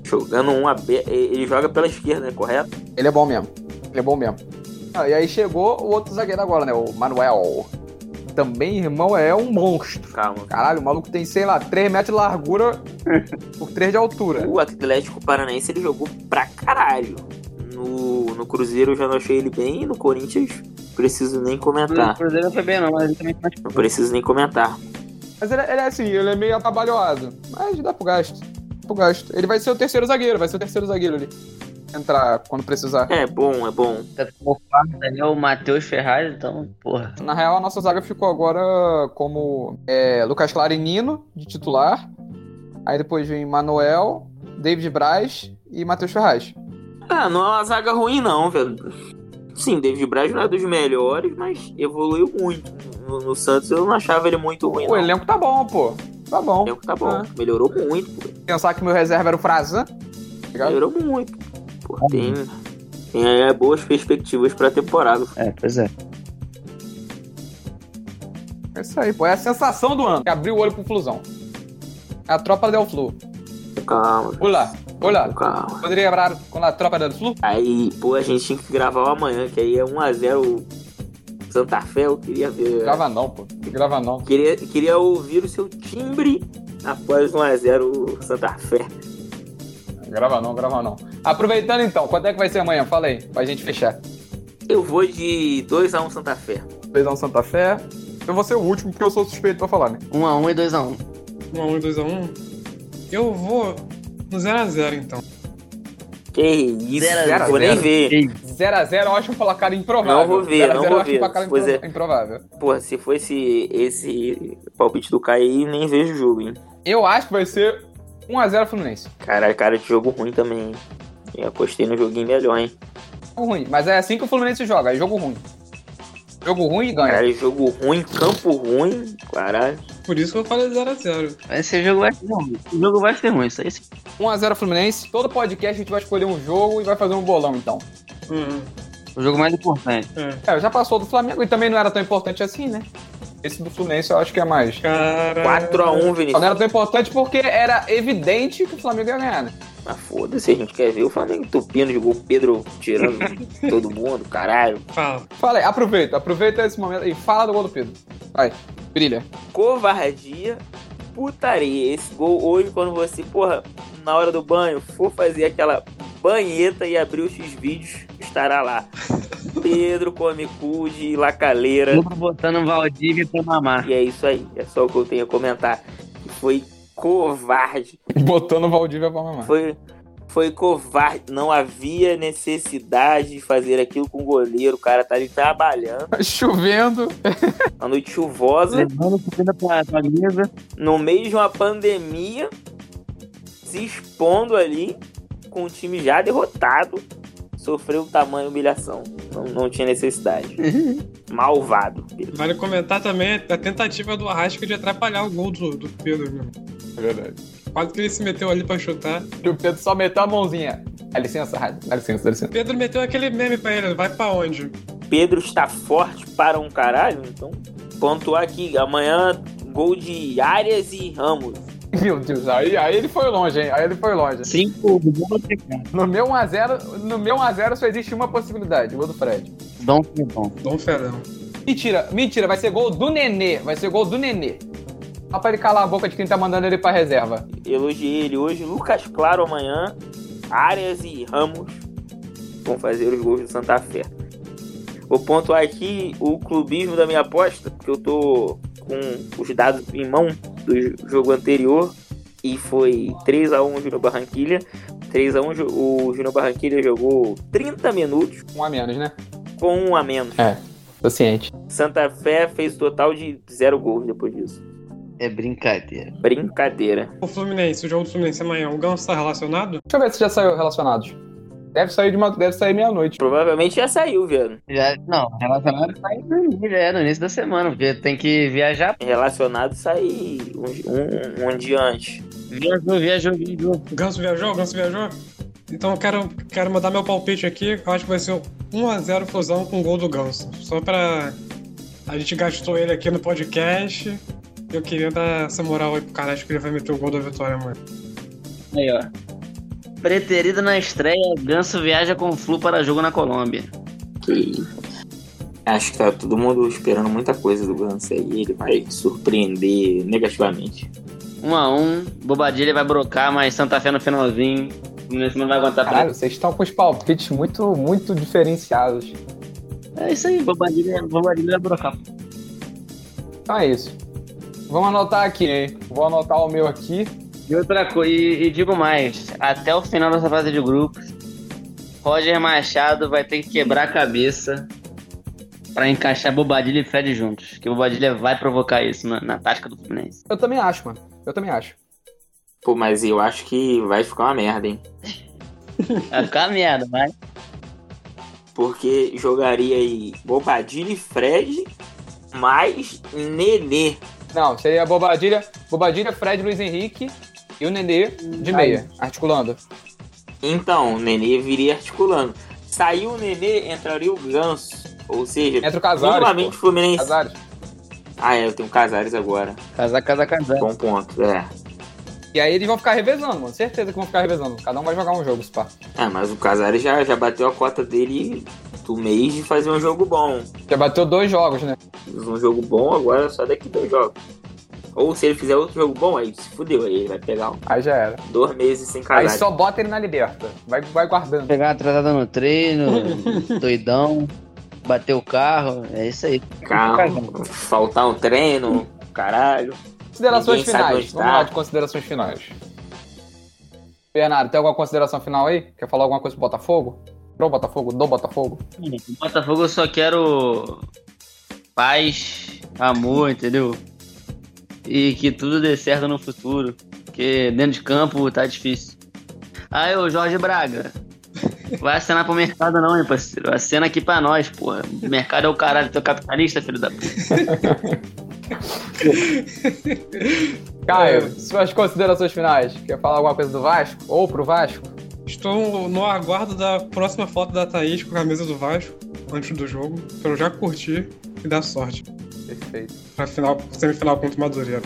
S2: Jogando um aberto. Ele joga pela esquerda, né? Correto?
S1: Ele é bom mesmo. Ele é bom mesmo. Ah, e aí chegou o outro zagueiro agora, né? O Manuel. Também, irmão, é um monstro.
S2: Calma.
S1: Caralho, o maluco tem, sei lá, 3 metros de largura por 3 de altura.
S2: O Atlético Paranaense ele jogou pra caralho. No, no Cruzeiro eu já não achei ele bem, e no Corinthians preciso nem
S5: O
S2: comentar.
S5: Cruzeiro não foi bem, não, mas ele também faz.
S1: Hum.
S2: Não preciso nem comentar.
S1: Mas ele, é- ele é assim, ele é meio atabalhoado. Mas dá pro gasto. Dá pro gasto. Ele vai ser o terceiro zagueiro, vai ser o terceiro zagueiro ali. Entrar quando precisar.
S2: É bom, é bom.
S5: O quarto ali é o Matheus Ferraz, então, porra.
S1: Na real, a nossa zaga ficou agora como é, Lucas Clarinino, de titular. Aí depois vem Manuel, David Braz e Matheus Ferraz.
S2: Ah, não é uma zaga ruim, não, velho. Sim, David Braz não é dos melhores, mas evoluiu muito. No, no Santos eu não achava ele muito ruim,
S1: o
S2: não. O
S1: elenco tá bom, pô. Tá bom.
S2: elenco tá bom.
S1: Ah.
S2: Melhorou muito, pô.
S1: Pensar que meu reserva era o Frazan. tá Obrigado.
S2: Melhorou muito. Pô, tem, tem é, boas perspectivas pra temporada.
S5: É, pois é.
S1: É isso aí, pô. É a sensação do ano. Que abriu o olho pro Flusão. É a tropa del Flu.
S2: Calma,
S1: Olá, olá.
S2: calma.
S1: Poderia lembrar com a tropa del Flu?
S2: Aí, pô, a gente tinha que gravar o amanhã, que aí é 1x0 Santa Fé, eu queria ver.
S1: Grava não, pô. Grava não.
S2: Queria, queria ouvir o seu timbre após 1x0 Santa Fé.
S1: Grava não, grava não. Aproveitando então, quanto é que vai ser amanhã? Fala aí, pra gente fechar.
S2: Eu vou de 2x1 Santa Fé.
S1: 2x1 Santa Fé. Eu vou ser o último, porque eu sou suspeito pra falar, né?
S5: 1 a 1 e 2 a 1
S3: 1x1, 2x1. Eu vou no 0x0, então.
S2: Que isso,
S5: Zero a
S2: cara,
S1: zero.
S2: vou nem ver.
S1: 0x0 eu acho um placar improvável.
S2: Não vou ver,
S1: 0x0
S2: não
S1: eu
S2: vou
S1: acho
S2: ver.
S1: um placar
S2: Pois é.
S1: impro- improvável.
S2: Porra, se for esse, esse palpite do Caio aí, nem vejo o jogo, hein.
S1: Eu acho que vai ser 1x0 Fluminense.
S2: Caralho, cara de jogo ruim também, hein. Eu apostei no joguinho melhor, hein.
S1: Jogo ruim, mas é assim que o Fluminense joga, é jogo ruim. Jogo ruim e ganha.
S2: Caralho, jogo ruim, campo ruim, caralho.
S3: Por isso que eu falei 0x0.
S5: Esse jogo vai ser ruim. Esse jogo vai ser ruim, isso aí. sim.
S1: 1x0 Fluminense. Todo podcast a gente vai escolher um jogo e vai fazer um bolão, então.
S3: Uhum.
S5: O jogo mais importante.
S3: É.
S1: É, já passou do Flamengo e também não era tão importante assim, né? Esse do Fluminense eu acho que é mais.
S3: Cara.
S2: 4x1,
S1: Não
S2: Vinícius.
S1: era tão importante porque era evidente que o Flamengo ia ganhar, né?
S2: Ah, foda-se, a gente quer ver o Flamengo tupindo de gol, Pedro tirando todo mundo, caralho.
S3: Fala.
S1: Fala aí, aproveita, aproveita esse momento e fala do gol do Pedro. Vai, brilha.
S2: Covardia, putaria. Esse gol hoje, quando você, porra, na hora do banho, for fazer aquela banheta e abrir os X-vídeos, estará lá. Pedro, Come cu de Lacaleira.
S5: Lucro botando o Valdívia pra mamar.
S2: E é isso aí, é só o que eu tenho a comentar. Foi covarde.
S1: Botando o Valdívia pra mamar.
S2: Foi, foi covarde. Não havia necessidade de fazer aquilo com o goleiro. O cara tá ali trabalhando.
S1: Chovendo.
S2: Uma noite chuvosa.
S5: Levando comida pra, pra mesa.
S2: No meio de uma pandemia. Se expondo ali. Com o time já derrotado. Sofreu tamanha humilhação. Não, não tinha necessidade. Malvado.
S3: Vale comentar também a tentativa do Arrasca de atrapalhar o gol do, do Pedro, né?
S1: É verdade.
S3: Quase que ele se meteu ali pra chutar.
S1: E o Pedro só meteu a mãozinha. Dá licença, Rádio. Dá licença, dá licença.
S3: Pedro meteu aquele meme pra ele, vai pra onde?
S2: Pedro está forte para um caralho. Então, pontuar aqui. Amanhã, gol de Arias e Ramos.
S1: Meu Deus, aí, aí ele foi longe, hein? Aí ele foi longe.
S5: 5 gols de cara.
S1: No meu 1x0, no meu 1x0 só existe uma possibilidade, o gol do Fred.
S5: Dom que bom.
S3: Dom Fedão.
S1: Mentira, mentira, vai ser gol do Nenê. Vai ser gol do Nenê. Só pra ele calar a boca de quem tá mandando ele pra reserva.
S2: elogiei ele hoje. Lucas Claro amanhã, Arias e Ramos vão fazer os gols do Santa Fé. Vou pontuar aqui o clubismo da minha aposta, porque eu tô com os dados em mão do jogo anterior e foi 3 a 1 o Júnior Barranquilha. 3 a 1 jo- o Júnior Barranquilha jogou 30 minutos
S1: Um a menos, né?
S2: com um a menos.
S1: É. Tô ciente.
S2: Santa Fé fez total de zero gols depois disso.
S5: É brincadeira.
S2: Brincadeira.
S3: O Fluminense, o jogo do Fluminense amanhã, o Ganso tá relacionado?
S1: Deixa eu ver se já saiu relacionados. Deve sair de uma, deve sair meia-noite.
S2: Provavelmente já saiu, velho.
S5: Já, não, relacionado tá aí já é no início da semana, porque tem que viajar.
S2: relacionado sair um, um, um dia antes.
S5: Viajou, viajou, viajou.
S3: O Ganso viajou, o Ganso viajou? Então eu quero, quero mandar meu palpite aqui, eu acho que vai ser 1x0 Flusão com o gol do Ganso. Só pra... A gente gastou ele aqui no podcast, eu queria dar essa moral aí pro cara, acho que ele vai meter o gol da vitória amanhã.
S5: Aí, ó. Preterida na estreia, Ganso viaja com Flu para jogo na Colômbia.
S2: Que... Acho que tá todo mundo esperando muita coisa do Ganso aí. Ele vai surpreender negativamente.
S5: 1 a 1 Bobadilha vai brocar, mas Santa Fé no finalzinho. O Fluminense não vai aguentar pra-
S1: Caralho, vocês estão com os palpites muito, muito diferenciados.
S5: É isso aí, Bobadilha, Bobadilha vai brocar.
S1: Então é isso. Vamos anotar aqui, hein? Vou anotar o meu aqui.
S5: E outra coisa, e, e digo mais, até o final dessa fase de grupos, Roger Machado vai ter que quebrar a cabeça pra encaixar Bobadilha e Fred juntos. Que Bobadilha vai provocar isso na, na tática do Fluminense.
S1: Eu também acho, mano. Eu também acho.
S2: Pô, mas eu acho que vai ficar uma merda, hein?
S5: Vai ficar É uma merda, vai.
S2: Porque jogaria aí Bobadilha e Fred, mais Nenê.
S1: Não, seria Bobadilha, Bobadilha, Fred, Luiz Henrique e o Nenê de meia, articulando.
S2: Então, o Nenê viria articulando. Saiu o Nenê, entraria o Ganso. Ou seja,
S1: Entra o Casares. pô.
S2: novamente o Fluminense.
S1: Casares.
S2: Ah, é, eu tenho Casares agora.
S5: Casar, casar, casar.
S2: Bom ponto, é.
S1: E aí eles vão ficar revezando, mano. Certeza que vão ficar revezando. Cada um vai jogar um jogo, se pá.
S2: É, mas o Casares já, já bateu a cota dele do mês de fazer um jogo bom.
S1: Já bateu dois jogos, né?
S2: Um jogo bom agora é só daqui dois jogos. Ou se ele fizer outro jogo bom, aí se fudeu, aí ele vai pegar
S1: Aí já era.
S2: dois meses sem
S1: Aí
S2: Casares.
S1: só bota ele na liberta. Vai, vai guardando.
S5: Pegar uma atrasada no treino, doidão, bater o carro, é isso aí.
S2: Carro, faltar um treino, caralho.
S1: Considerações
S2: Ninguém sabe
S1: finais.
S2: onde
S1: Vamos
S2: tá.
S1: lá de considerações finais. Bernardo, tem alguma consideração final aí? Quer falar alguma coisa pro Botafogo? Pro Botafogo? Do Botafogo?
S5: No Botafogo eu só quero paz, amor, entendeu? E que tudo dê certo no futuro. Porque dentro de campo tá difícil. Aí, ô Jorge Braga. Vai assinar pro mercado não, hein, parceiro. Acena aqui pra nós, porra. O mercado é o caralho, teu capitalista, filho da puta.
S1: Caio, suas considerações finais. Quer falar alguma coisa do Vasco? Ou pro Vasco?
S3: Estou no aguardo da próxima foto da Thaís com a camisa do Vasco antes do jogo, pra eu já curtir e dar sorte
S1: Perfeito.
S3: pra final, semifinal contra o Madureira.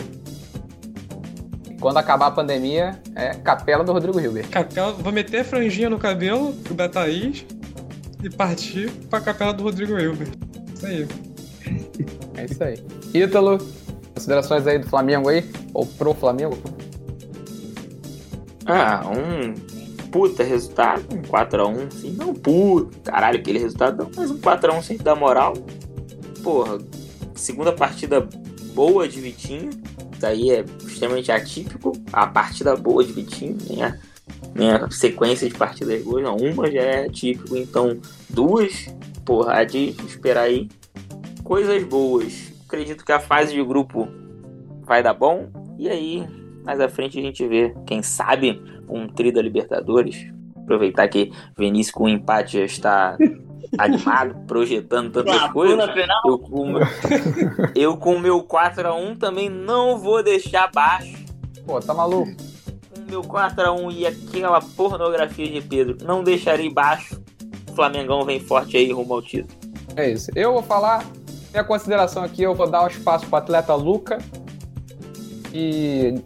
S1: Quando acabar a pandemia, é capela do Rodrigo Hilbert.
S3: Capela, vou meter a franjinha no cabelo da Thaís e partir pra capela do Rodrigo Hilbert. Isso aí.
S1: É isso aí. Ítalo, considerações aí do Flamengo aí? Ou pro Flamengo?
S2: Ah, um puta resultado, um 4x1, assim, não puta, caralho, aquele resultado, não, mas um 4x1 sem dar moral. Porra, segunda partida boa de Vitinho, isso aí é extremamente atípico, a partida boa de Vitinho, nem a, nem a sequência de partidas boas, não, uma já é atípico, então duas, porra, há de esperar aí coisas boas. Acredito que a fase de grupo vai dar bom, e aí mais à frente a gente vê, quem sabe, um tri da Libertadores. Aproveitar que Vinícius com o empate já está animado, projetando tantas
S5: Tá,
S2: coisas. Eu com, eu com o meu 4x1 também não vou deixar baixo.
S1: Pô, tá maluco?
S2: Com o meu 4x1 e aquela pornografia de Pedro, não deixarei baixo. O Flamengão vem forte aí rumo ao título.
S1: É isso. Eu vou falar minha consideração aqui, eu vou dar um espaço pro atleta Luca, que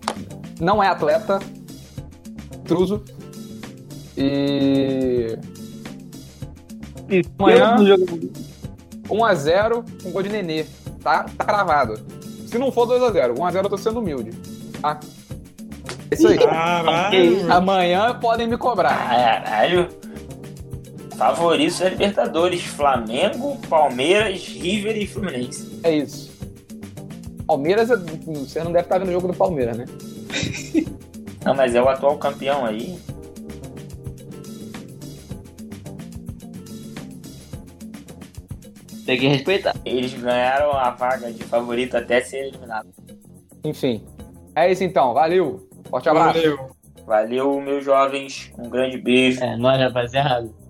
S1: não é atleta, truso. E Amanhã-
S9: Pelo jogo-
S1: 1x0 com gol de Nenê. Tá, tá cravado. Se não for 2x0, 1x0 eu tô sendo humilde. Tá? É isso aí.
S3: Caralho!
S1: Amanhã podem me cobrar.
S2: Caralho. Favoritos da Libertadores: Flamengo, Palmeiras, River e Fluminense.
S1: É isso. Palmeiras, é- você não deve estar vendo o jogo do Palmeiras, né?
S2: Não, mas é o atual campeão aí.
S5: Tem que respeitar.
S2: Eles ganharam a vaga de favorito até ser eliminado.
S1: Enfim. É isso então. Valeu. Forte abraço.
S3: Valeu!
S2: Valeu, meus jovens. Um grande beijo.
S5: É, nós, rapaziada.